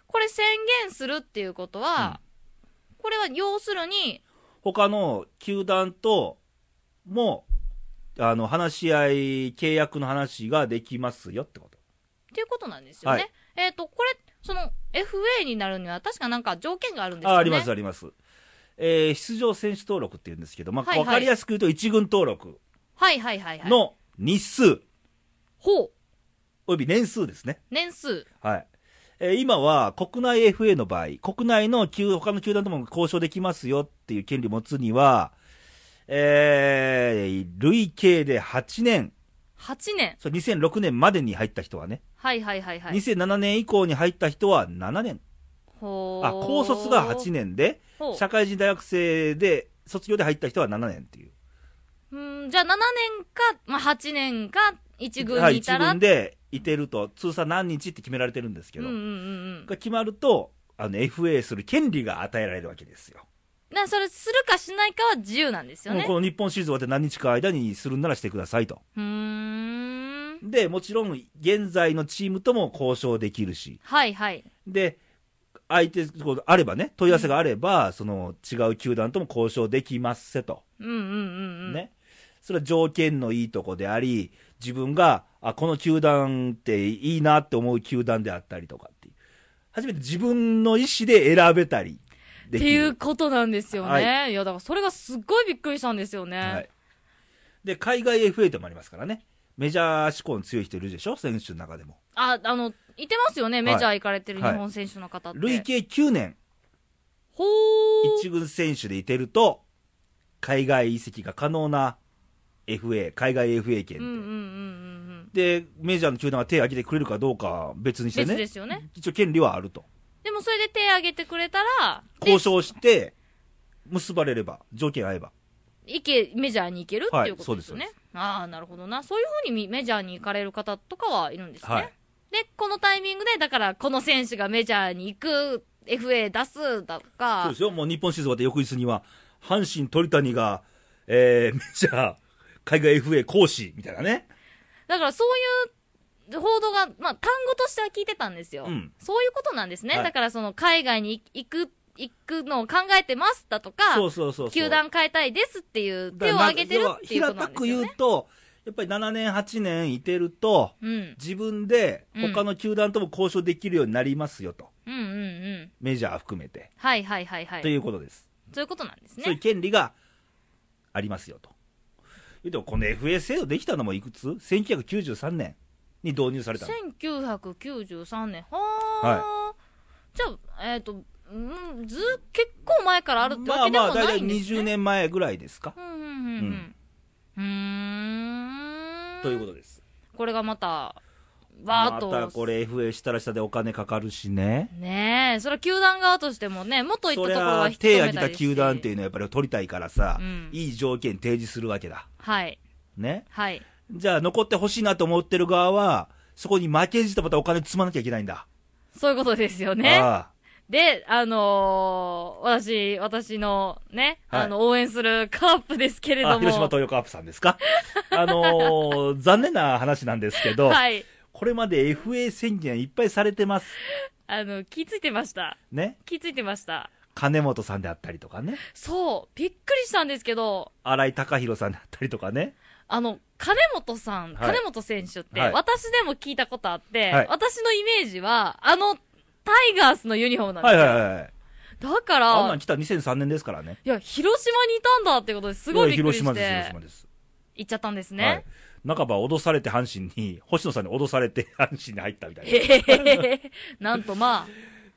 S2: これ宣言するっていうことは、これは要するに、
S1: 他の球団とも、あの、話し合い、契約の話ができますよってこと。
S2: っていうことなんですよね。
S1: はい
S2: えっ、と、これ、その、FA になるには、確かなんか条件があるんですよね。
S1: あ、あります、あります。えー出場選手登録って言うんですけど、まあ、
S2: はいはい
S1: わかりやすく言うと、一軍登録
S2: はいはいはいはい。。
S1: の日数、
S2: ほう。
S1: および年数ですね。
S2: 年数。
S1: はい。えー今は国内 FA の場合、国内の球、他の球団とも交渉できますよっていう権利を持つには、えー、累計で8年、
S2: 8年。
S1: そう2006年までに入った人はね、
S2: はいはいはいはい。
S1: 2007年以降に入った人は7年。
S2: ほう。
S1: あ、高卒が8。年で、
S2: ほう。
S1: 社会人大学生で、卒業で入った人は7年っていう。
S2: うん、じゃあ7年か、まあ8年か、1軍
S1: は
S2: にいた
S1: 一
S2: ら。
S1: 軍でいてると、通算何日って決められてるんですけ
S2: うん
S1: ど、
S2: うんうんうん。
S1: が決まると、あの、FA する権利が与えられるわけですよ。
S2: な、それするかしないかは自由なんですよ
S1: もう
S2: ね
S1: こ。の日本シリーズ終わって何日か間にするんならしてくださいと。
S2: うーん。
S1: で、もちろん、現在のチームとも交渉できるし、
S2: はいはい。
S1: で、相手、こうあればね、問い合わせがあれば、その違う球団とも交渉できますせと。
S2: うんうんうんうん。。
S1: ね。それは条件のいいとこであり、自分が、あ、この球団っていいなって思う球団であったりとかっていう。初めて自分の意思で選べたり
S2: っ
S1: でき
S2: て
S1: る。
S2: いうことなんですよね。、
S1: はい
S2: や、だからそれがすっごいびっくりしたんですよね。
S1: はい、で海外 FA ともありますからね、メジャー志向の強い人いるでしょ、選手の中でも。
S2: あ、あの、いてますよね、メジャー行かれてる日
S1: はい
S2: 本選手の方って。
S1: 累計9年、
S2: ほ
S1: 一軍選手でいてると、海外移籍が可能な FA、海外 FA
S2: ー。うんうんうんうん
S1: 権
S2: うん。
S1: で、でメジャーの球団が手を挙げてくれるかどうかは別にして
S2: 別
S1: ね、
S2: ですよね。
S1: 一応権利はあると、
S2: でもそれで手挙げてくれたら、で
S1: 交渉して、結ばれれば、条件合えば、
S2: 行け、メジャーに行けるっていうことですよね。
S1: はい
S2: ああ、なるほどな。そういうふうにみメジャーに行かれる方とかはいるんですね。
S1: はい
S2: で、このタイミングで、だから、この選手がメジャーに行く、FA 出すだとか。
S1: そうですよ、もう日本シリーズ終わって翌日には、阪神鳥谷が、えーメジャー、海外 FA 講師みたいなね。
S2: だからそういう報道が、まあ、単語としては聞いてたんですよ。
S1: うん
S2: そういうことなんですね。
S1: はい
S2: だからその海外に行く、行くのを考えてますだとか、
S1: そうそうそうそう
S2: 球団変えたいですっていう
S1: だ
S2: 手
S1: から
S2: を
S1: な
S2: 挙げてるっていうことなんです
S1: 要
S2: よ
S1: は平たく言
S2: ね。
S1: うと、やっぱり7年、8年いてると、
S2: うん。うん
S1: 自分で他の球団とも交渉できるようになりますよと、
S2: うんうん。
S1: メジャー含めて、
S2: はいはいはいはい。
S1: と
S2: そう
S1: い
S2: いう
S1: ことです、
S2: うことなんです
S1: そういう
S2: ね。
S1: 権利がありますよと。言うと、この FA 制度できたのもいくつ ?1993 年に導入されたの
S2: 1993年。はー。じゃあ、えっ、と、うん、ず、結構前からあるってわけでも
S1: まあまあ、
S2: な
S1: 大
S2: い
S1: 体
S2: んです
S1: 20
S2: ね。
S1: 年前ぐらいですか、
S2: うんうんうんうん。うーん。
S1: ということです。
S2: これがまた、わー
S1: ま
S2: っと。
S1: たこれ FA したらしたでお金かかるしね。
S2: ねえ、それは球団側としてもね、元言っ
S1: そ
S2: た
S1: り
S2: ところは
S1: ゃ
S2: 引き
S1: 手
S2: 止
S1: 挙
S2: め
S1: げ
S2: た
S1: た
S2: り
S1: 球団って
S2: て。
S1: いうのはやっぱり取りたいからさ、
S2: うん
S1: いい条件提示するわけだ。
S2: はい。
S1: ね。
S2: はい。
S1: じゃあ残ってほしいなと思ってる側は、そこに負けじとまたお金積まなきゃいけないんだ。
S2: そういうことですよね。
S1: あ
S2: で、あのー、私、私のね、
S1: はい
S2: あの、応援するカープですけれ
S1: ああ
S2: ど
S1: 広島
S2: も。
S1: 東洋カープさんです かあのー、残念な話なんですけど、
S2: はい。
S1: これまで FA 宣言いっぱいされてます。
S2: あの、気づいてました。
S1: ね。
S2: 気づいてました。
S1: 金本さんであったりとかね。
S2: そう、びっくりしたんですけど、
S1: 新井貴弘さんであったりとかね。
S2: あの、金本さん、
S1: はい
S2: 金本選手って、
S1: はい
S2: 私でも聞いたことあって、
S1: はい
S2: 私のイメージは、あの、タイガースのユニフォームなんで
S1: は
S2: す
S1: い
S2: よ。
S1: はいはい。
S2: だから、
S1: あんなん来た2003年ですからね。
S2: いや、広島にいたんだってことですごいびっくりして。
S1: 広島です、広島です。
S2: 行っちゃったんですね。
S1: はい。半ば脅されて阪神に、星野さんに脅されて阪神に入ったみたいな。
S2: ええ なんとまあ、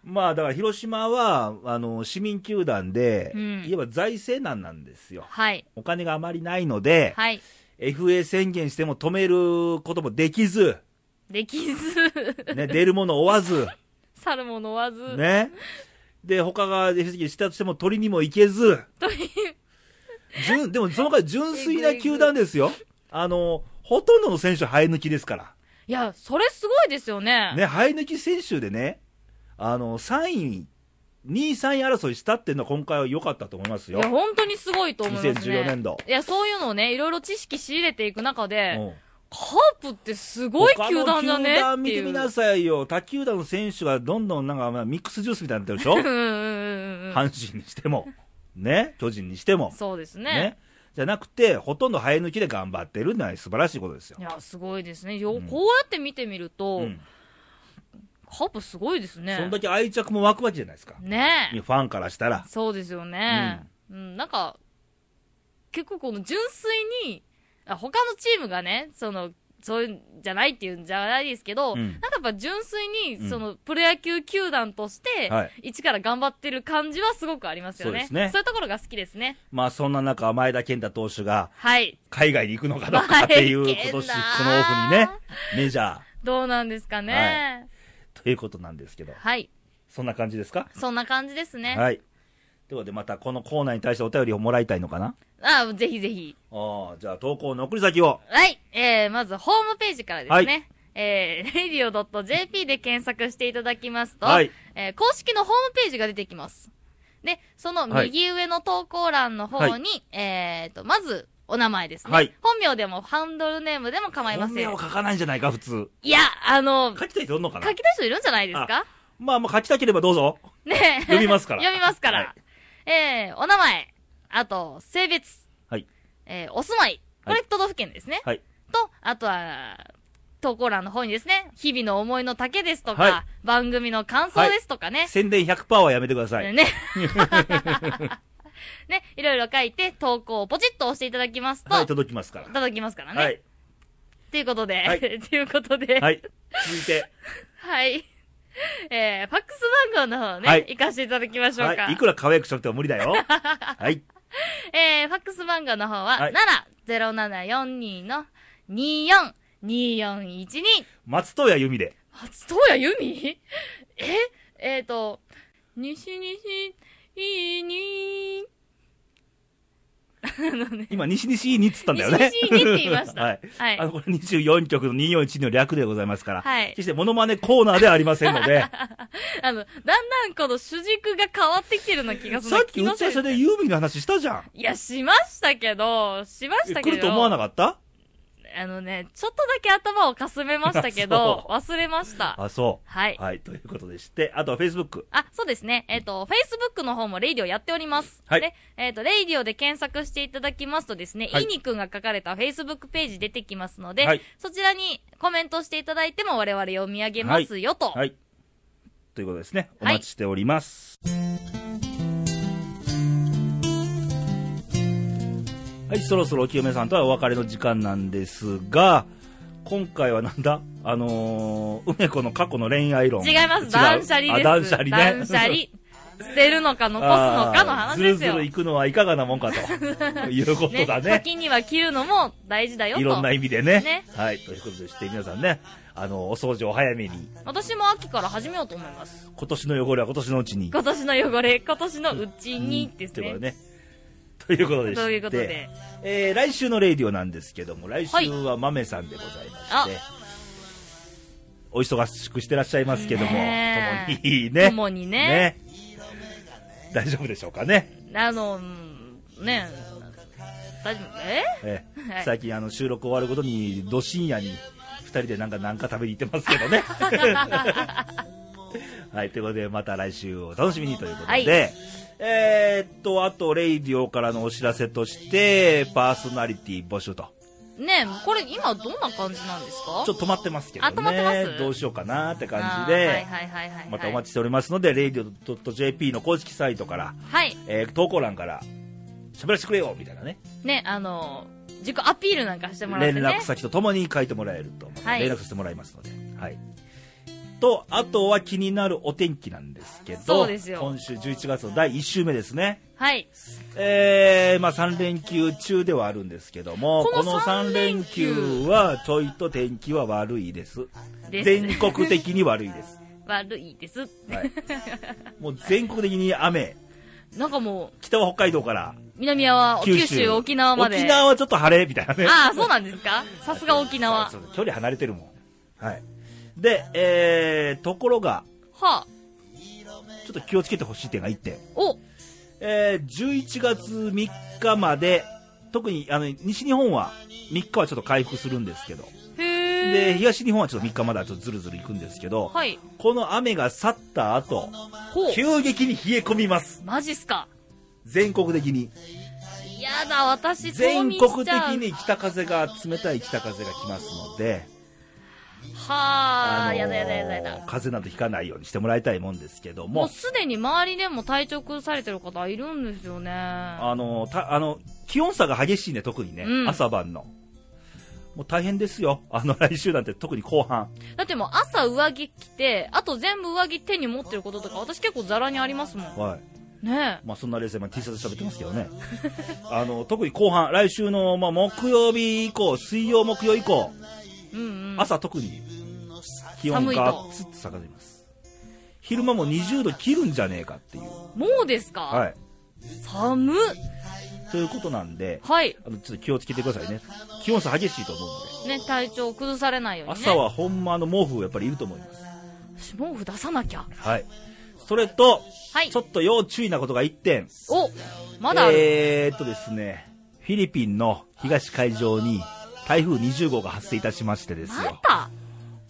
S1: まあだから広島は、あの、市民球団で、
S2: うん
S1: いわば財政難なんですよ。
S2: はい、
S1: お金があまりないので、
S2: はい、
S1: FA 宣言しても止めることもできず、
S2: できず、
S1: ね、出るもの追わず、
S2: 去るもの追わず、
S1: ね。で、他が FA 宣言したとしても取りにも行けず、純でもその回純粋な球団ですよ。あの、ほとんどの選手生え抜きですから。
S2: いや、それすごいですよね。
S1: ね、生え抜き選手でね、あの、3位、2位、3位争いしたっていうのは今回は良かったと思います
S2: い
S1: よ。
S2: や、本当にすごいと思いますね。
S1: 2014年度
S2: いや、そういうのをね、いろいろ知識仕入れていく中で、
S1: うん
S2: カープってすごい球団
S1: 他
S2: だね
S1: の球団
S2: って
S1: 見
S2: い
S1: て
S2: う。
S1: みなさいよ。他球団の選手がどんどんなんかまあミックスジュースみたいになってるでしょ
S2: うんうんうんうん。
S1: 阪神にしても、ね、巨人にしても、
S2: そうですね
S1: ね。じゃなくて、ほとんど生え抜きで頑張ってるのは素晴らしいことですよ
S2: い。や、すごいですね。よ、
S1: うん
S2: こうやって見てみると、
S1: うん。
S2: カープすごいですね。
S1: そんだけ愛着も湧くわけじゃないですか。
S2: ねえ
S1: ファンからしたら。
S2: そうですよね。うん、なんか、結構この純粋に、あ他のチームがね、その、そういうんじゃないっていうんじゃないですけど、
S1: うん
S2: なんかやっぱ純粋に、
S1: うん
S2: その、プロ野球球団として、
S1: はい
S2: 一から頑張ってる感じはすごくありますよ
S1: そ
S2: ね。
S1: うですね
S2: そういうところが好きですね。
S1: まあそんな中、前田健太投手が
S2: はい。
S1: 海外に行くのかどうかっていう、
S2: 前
S1: 今
S2: 田
S1: 年、
S2: 健
S1: このオ
S2: 太
S1: フにね、メジャー
S2: どうなんですかね。
S1: ということなんですけど、
S2: はい。
S1: そんな感じですか
S2: そんな感じですね。
S1: はい。ということで、またこのコーナーに対してお便りをもらいたいのかな
S2: あ、ぜひぜひ。
S1: ああ、じゃあ投稿の送り先を。
S2: はい。えー、まずホームページからですね。えー、radio.jp で検索していただきますと、
S1: はい
S2: えー公式のホームページが出てきます。で、その右上の投稿欄の方に、えーと、まず、お名前ですね。
S1: はい
S2: 本名でも、ハンドルネームでも構いま
S1: 本
S2: せ
S1: 名
S2: ん
S1: を。書かないんじゃないか、普通。
S2: いや、あの、
S1: 書きたい人おんのかな
S2: 書きたい人いるんじゃないですか
S1: まあ、もう書きたければどうぞ。
S2: ねえ
S1: 読みます から
S2: 読みますから。
S1: は
S2: えー、お名前、あと、性別、
S1: はい。
S2: えー、お住まい。こ
S1: は
S2: れ
S1: い
S2: 都道府県ですね。
S1: はい。
S2: と、あとは、投稿欄の方にですね、日々の思いの丈ですとか、
S1: は
S2: 番組の感想ですとかね、
S1: 宣伝100%はやめてください。
S2: ね。 ね、いろいろ書いて、投稿をポチッと押していただきますと、
S1: はい、届きますから。
S2: 届きますからね。
S1: はい。
S2: という ことで、
S1: はい
S2: ということで、
S1: はい。続い て、
S2: はい。えー、ファックス番号の方をね、
S1: はい
S2: 行かせていただきましょうか。
S1: はい。いくら可愛くしなくても無理だよ。 はい。
S2: えー、ファックス番号の方は、
S1: はい
S2: 奈良0742の242412。
S1: 松任谷由実で。
S2: 松任谷由実ええー、と、西西、いいに
S1: 今、西西にっつったんだよね。
S2: 西西にって言いました
S1: はい。
S2: はい
S1: あの、これ24曲の241の略でございますから。
S2: はい
S1: 決してモノマネコーナーではありませんので、
S2: あの、だんだんこの主軸が変わってきてるの気がする。
S1: さっき
S2: 気
S1: 打ち合
S2: のせい
S1: わせでユーミンの話したじゃん。
S2: いや、しましたけど、しまし
S1: え
S2: たけ
S1: 来
S2: ど。
S1: ると思わなかった、
S2: あのね、ちょっとだけ頭をかすめましたけど忘れました。
S1: あ、そう。
S2: はい。
S1: はい、ということでして、あとは Facebook。
S2: あ、そうですね。えっ、と、Facebook の方もレイディオやっております。
S1: はい
S2: で、えっ、と、レイディオで検索していただきますとですね、
S1: はい
S2: いにくんが書かれた Facebook ページ出てきますので、
S1: はい
S2: そちらにコメントしていただいても我々読み上げますよと。
S1: はい。ということですね。お
S2: はい
S1: 待ちしております。はい、そろそろお清めさんとはお別れの時間なんですが、今回はなんだあのー、梅子の過去の恋愛論。
S2: 違います。断捨離です。
S1: あ断捨離ね。
S2: 断捨離捨てるのか残すのかの
S1: あ
S2: 話ですよ。
S1: ーずるずる行くのはいかがなもんか ということだね。
S2: 時には切るのも大事だよと。
S1: いろんな意味でね。
S2: ね
S1: はい。ということでして、皆さんね、あの、お掃除お早めに、
S2: 私も秋から始めようと思います。
S1: 今年の汚れは今年のうちに。
S2: 今年の汚れ、今年のうちにです
S1: という
S2: ね。
S1: ことでね。ということでして
S2: ということで。
S1: えー来週のレイディオなんですけども、来週は豆さんでございまして、
S2: あ
S1: お忙しくしてらっしゃいますけども、
S2: ねえ
S1: 共にね。
S2: 共にね
S1: 大丈夫でしょうかね。
S2: あの、うんね大丈夫、え
S1: えー
S2: はい
S1: 最近あの収録終わるごとに、ど深夜に二人でなんかなんか食べに行ってますけど ね。はい、ということで、また来週をお楽しみにということで、
S2: はい
S1: えーっと、あと、レイディオからのお知らせとして、パーソナリティ募集と。
S2: ねこれ今どんな感じなんですか
S1: ちょっと止まってますけど
S2: あ止まってま
S1: ね
S2: す。
S1: どうしようかなって感じ
S2: あーはい
S1: で、
S2: はいはいはい、はい。
S1: またお待ちしておりますので、radio.jp の公式サイトから、
S2: はい。
S1: えー投稿欄から、喋らせてくれよみたいなね。
S2: ね、あの、自己アピールなんかしてもらっ
S1: 連
S2: てね。
S1: 絡先とともに書いてもらえると、
S2: はい
S1: 連絡してもらいますので、はい、とあとは気になるお天気なんですけ
S2: そ
S1: ど
S2: うですよ
S1: 今週11月の第1週目ですね、
S2: はい。
S1: えーまあ、3連休中ではあるんですけども
S2: こ
S1: こ
S2: の
S1: の
S2: 三
S1: 3
S2: 連
S1: 連
S2: 休
S1: 休はちょいと天気は悪いです
S2: です
S1: 全国的に悪いです、
S2: 悪いです。
S1: はい、もう全国的に雨
S2: なんかも
S1: 北は北海道から
S2: う、南は九州、沖縄まで。
S1: 沖縄はちょっと晴れみたいなね
S2: ああ、そうなんですかさすが沖縄。は
S1: そうそう距離離れてるもんはいでえー、ところが
S2: あ。
S1: ちょっと気をつけてほしい点が1点、
S2: お
S1: えー、11月3日まで特にあの西日本は3日はちょっと回復するんですけど
S2: へ
S1: で
S2: え。
S1: 東日本はちょっと3日まだちょっとずるずるいくんですけど、
S2: はい。
S1: この雨が去った後
S2: ほう。
S1: 急激に冷え込みます
S2: マジっすか
S1: 全国的に
S2: やだ、私、冬
S1: 全
S2: 眠
S1: 国
S2: し
S1: 的
S2: ちゃう。
S1: に北風が冷たい北風が来ますので
S2: はあ、
S1: のー
S2: やだやだやだやだ。
S1: 風邪などひかないようにしてもらいたいもんですけど
S2: もう
S1: も
S2: すでに周りでも体調崩されてる方いるんですよね。
S1: あのたあの気温差が激しいね特にね、
S2: うん
S1: 朝晩のもう大変ですよあの 来週なんて特に後半
S2: だってもう朝上着着て、あと全部上着手に持ってることとか、私結構ザラにありますもん。
S1: はい
S2: ねえ。
S1: まあ、そんな冷静に T シャツ喋ってますけ どねあの特に後半来週の、まあ、木曜日以降水曜木曜以降
S2: うんうん。
S1: 朝特に気温
S2: 寒い
S1: が
S2: と
S1: つっと下がります昼間も20度切るんじゃねえかっていう
S2: もうですか、
S1: はい
S2: 寒っ
S1: ということなんで
S2: はい。
S1: あのちょっと気をつけてくださいね気温差激しいと思うので
S2: ね、体調崩されないようにね。
S1: 朝はほんまあの毛布やっぱりいると思います
S2: 私毛布出さなきゃ。
S1: はいそれと
S2: はい
S1: ちょ。っと要注意なことが1点
S2: おまだある。
S1: えーっとですねフィリピンの東海上に台風20号が発生いたしましてですよ、
S2: また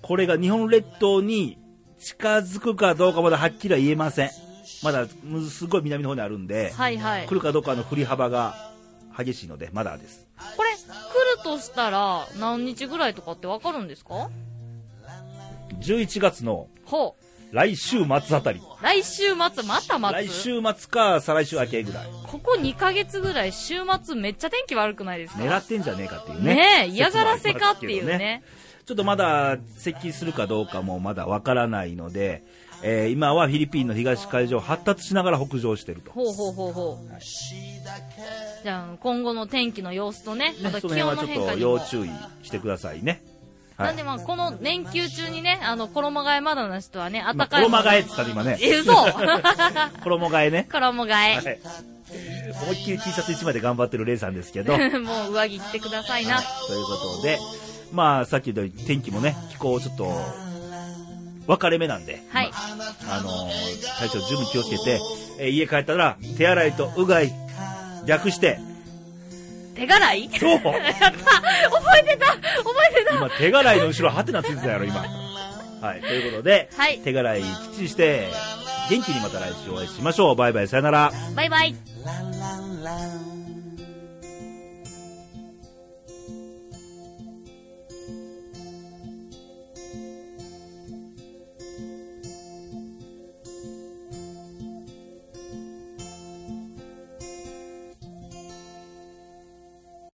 S1: これが日本列島に近づくかどうかまだはっきりは言えませんまだむすごい南の方にあるんで、
S2: はいはい。
S1: 来るかどうかの振り幅が激しいのでまだです
S2: これ、来るとしたら、何日ぐらいとかってわかるんですか
S1: 11月の
S2: ほ
S1: 来週末あたり
S2: う。来週末、また待
S1: 来
S2: つ。
S1: 週末か再来週明けぐらい
S2: ここ2ヶ月ぐらい、週末めっちゃ天気悪くないですか
S1: 狙ってんじゃねえかっていうね
S2: ねえ、嫌がらせかっていうね。
S1: ちょっとまだ接近するかどうかもまだわからないので、えー今はフィリピンの東海上を発達しながら北上してると、
S2: ほうほうほうほう。じゃあ、今後の天気の様子とね、
S1: ね
S2: あと
S1: その
S2: 気
S1: 辺
S2: 温
S1: は
S2: の
S1: ち
S2: 変
S1: ょっ
S2: 化
S1: と
S2: にも
S1: 要。注意してくださいねはい
S2: なんでまあ、この連休中にね、あの、衣替えまだの人はね、暖
S1: 今
S2: かい。
S1: 衣替えっつったね今ね
S2: え、嘘
S1: 衣替えね、
S2: 衣
S1: は
S2: 替
S1: い、思いっきり T シャツ1枚で頑張ってるレイさんです けど、はい
S2: え。もう上着着てくださいな。
S1: ということでまあさっき言ったように天気もね気候ちょっと分かれ目なんで、
S2: はい。
S1: あのー体調十分気をつけて、えー家帰ったら手洗いとうがい略して
S2: 手洗い
S1: そう
S2: やった覚えてた覚えてた
S1: 今手洗いの後ろハテナついてたやろ今はいということで、
S2: はい
S1: 手洗いきっちりして元気にまた来週お会いしましょうバイバイさよなら
S2: バイバイ
S3: la la la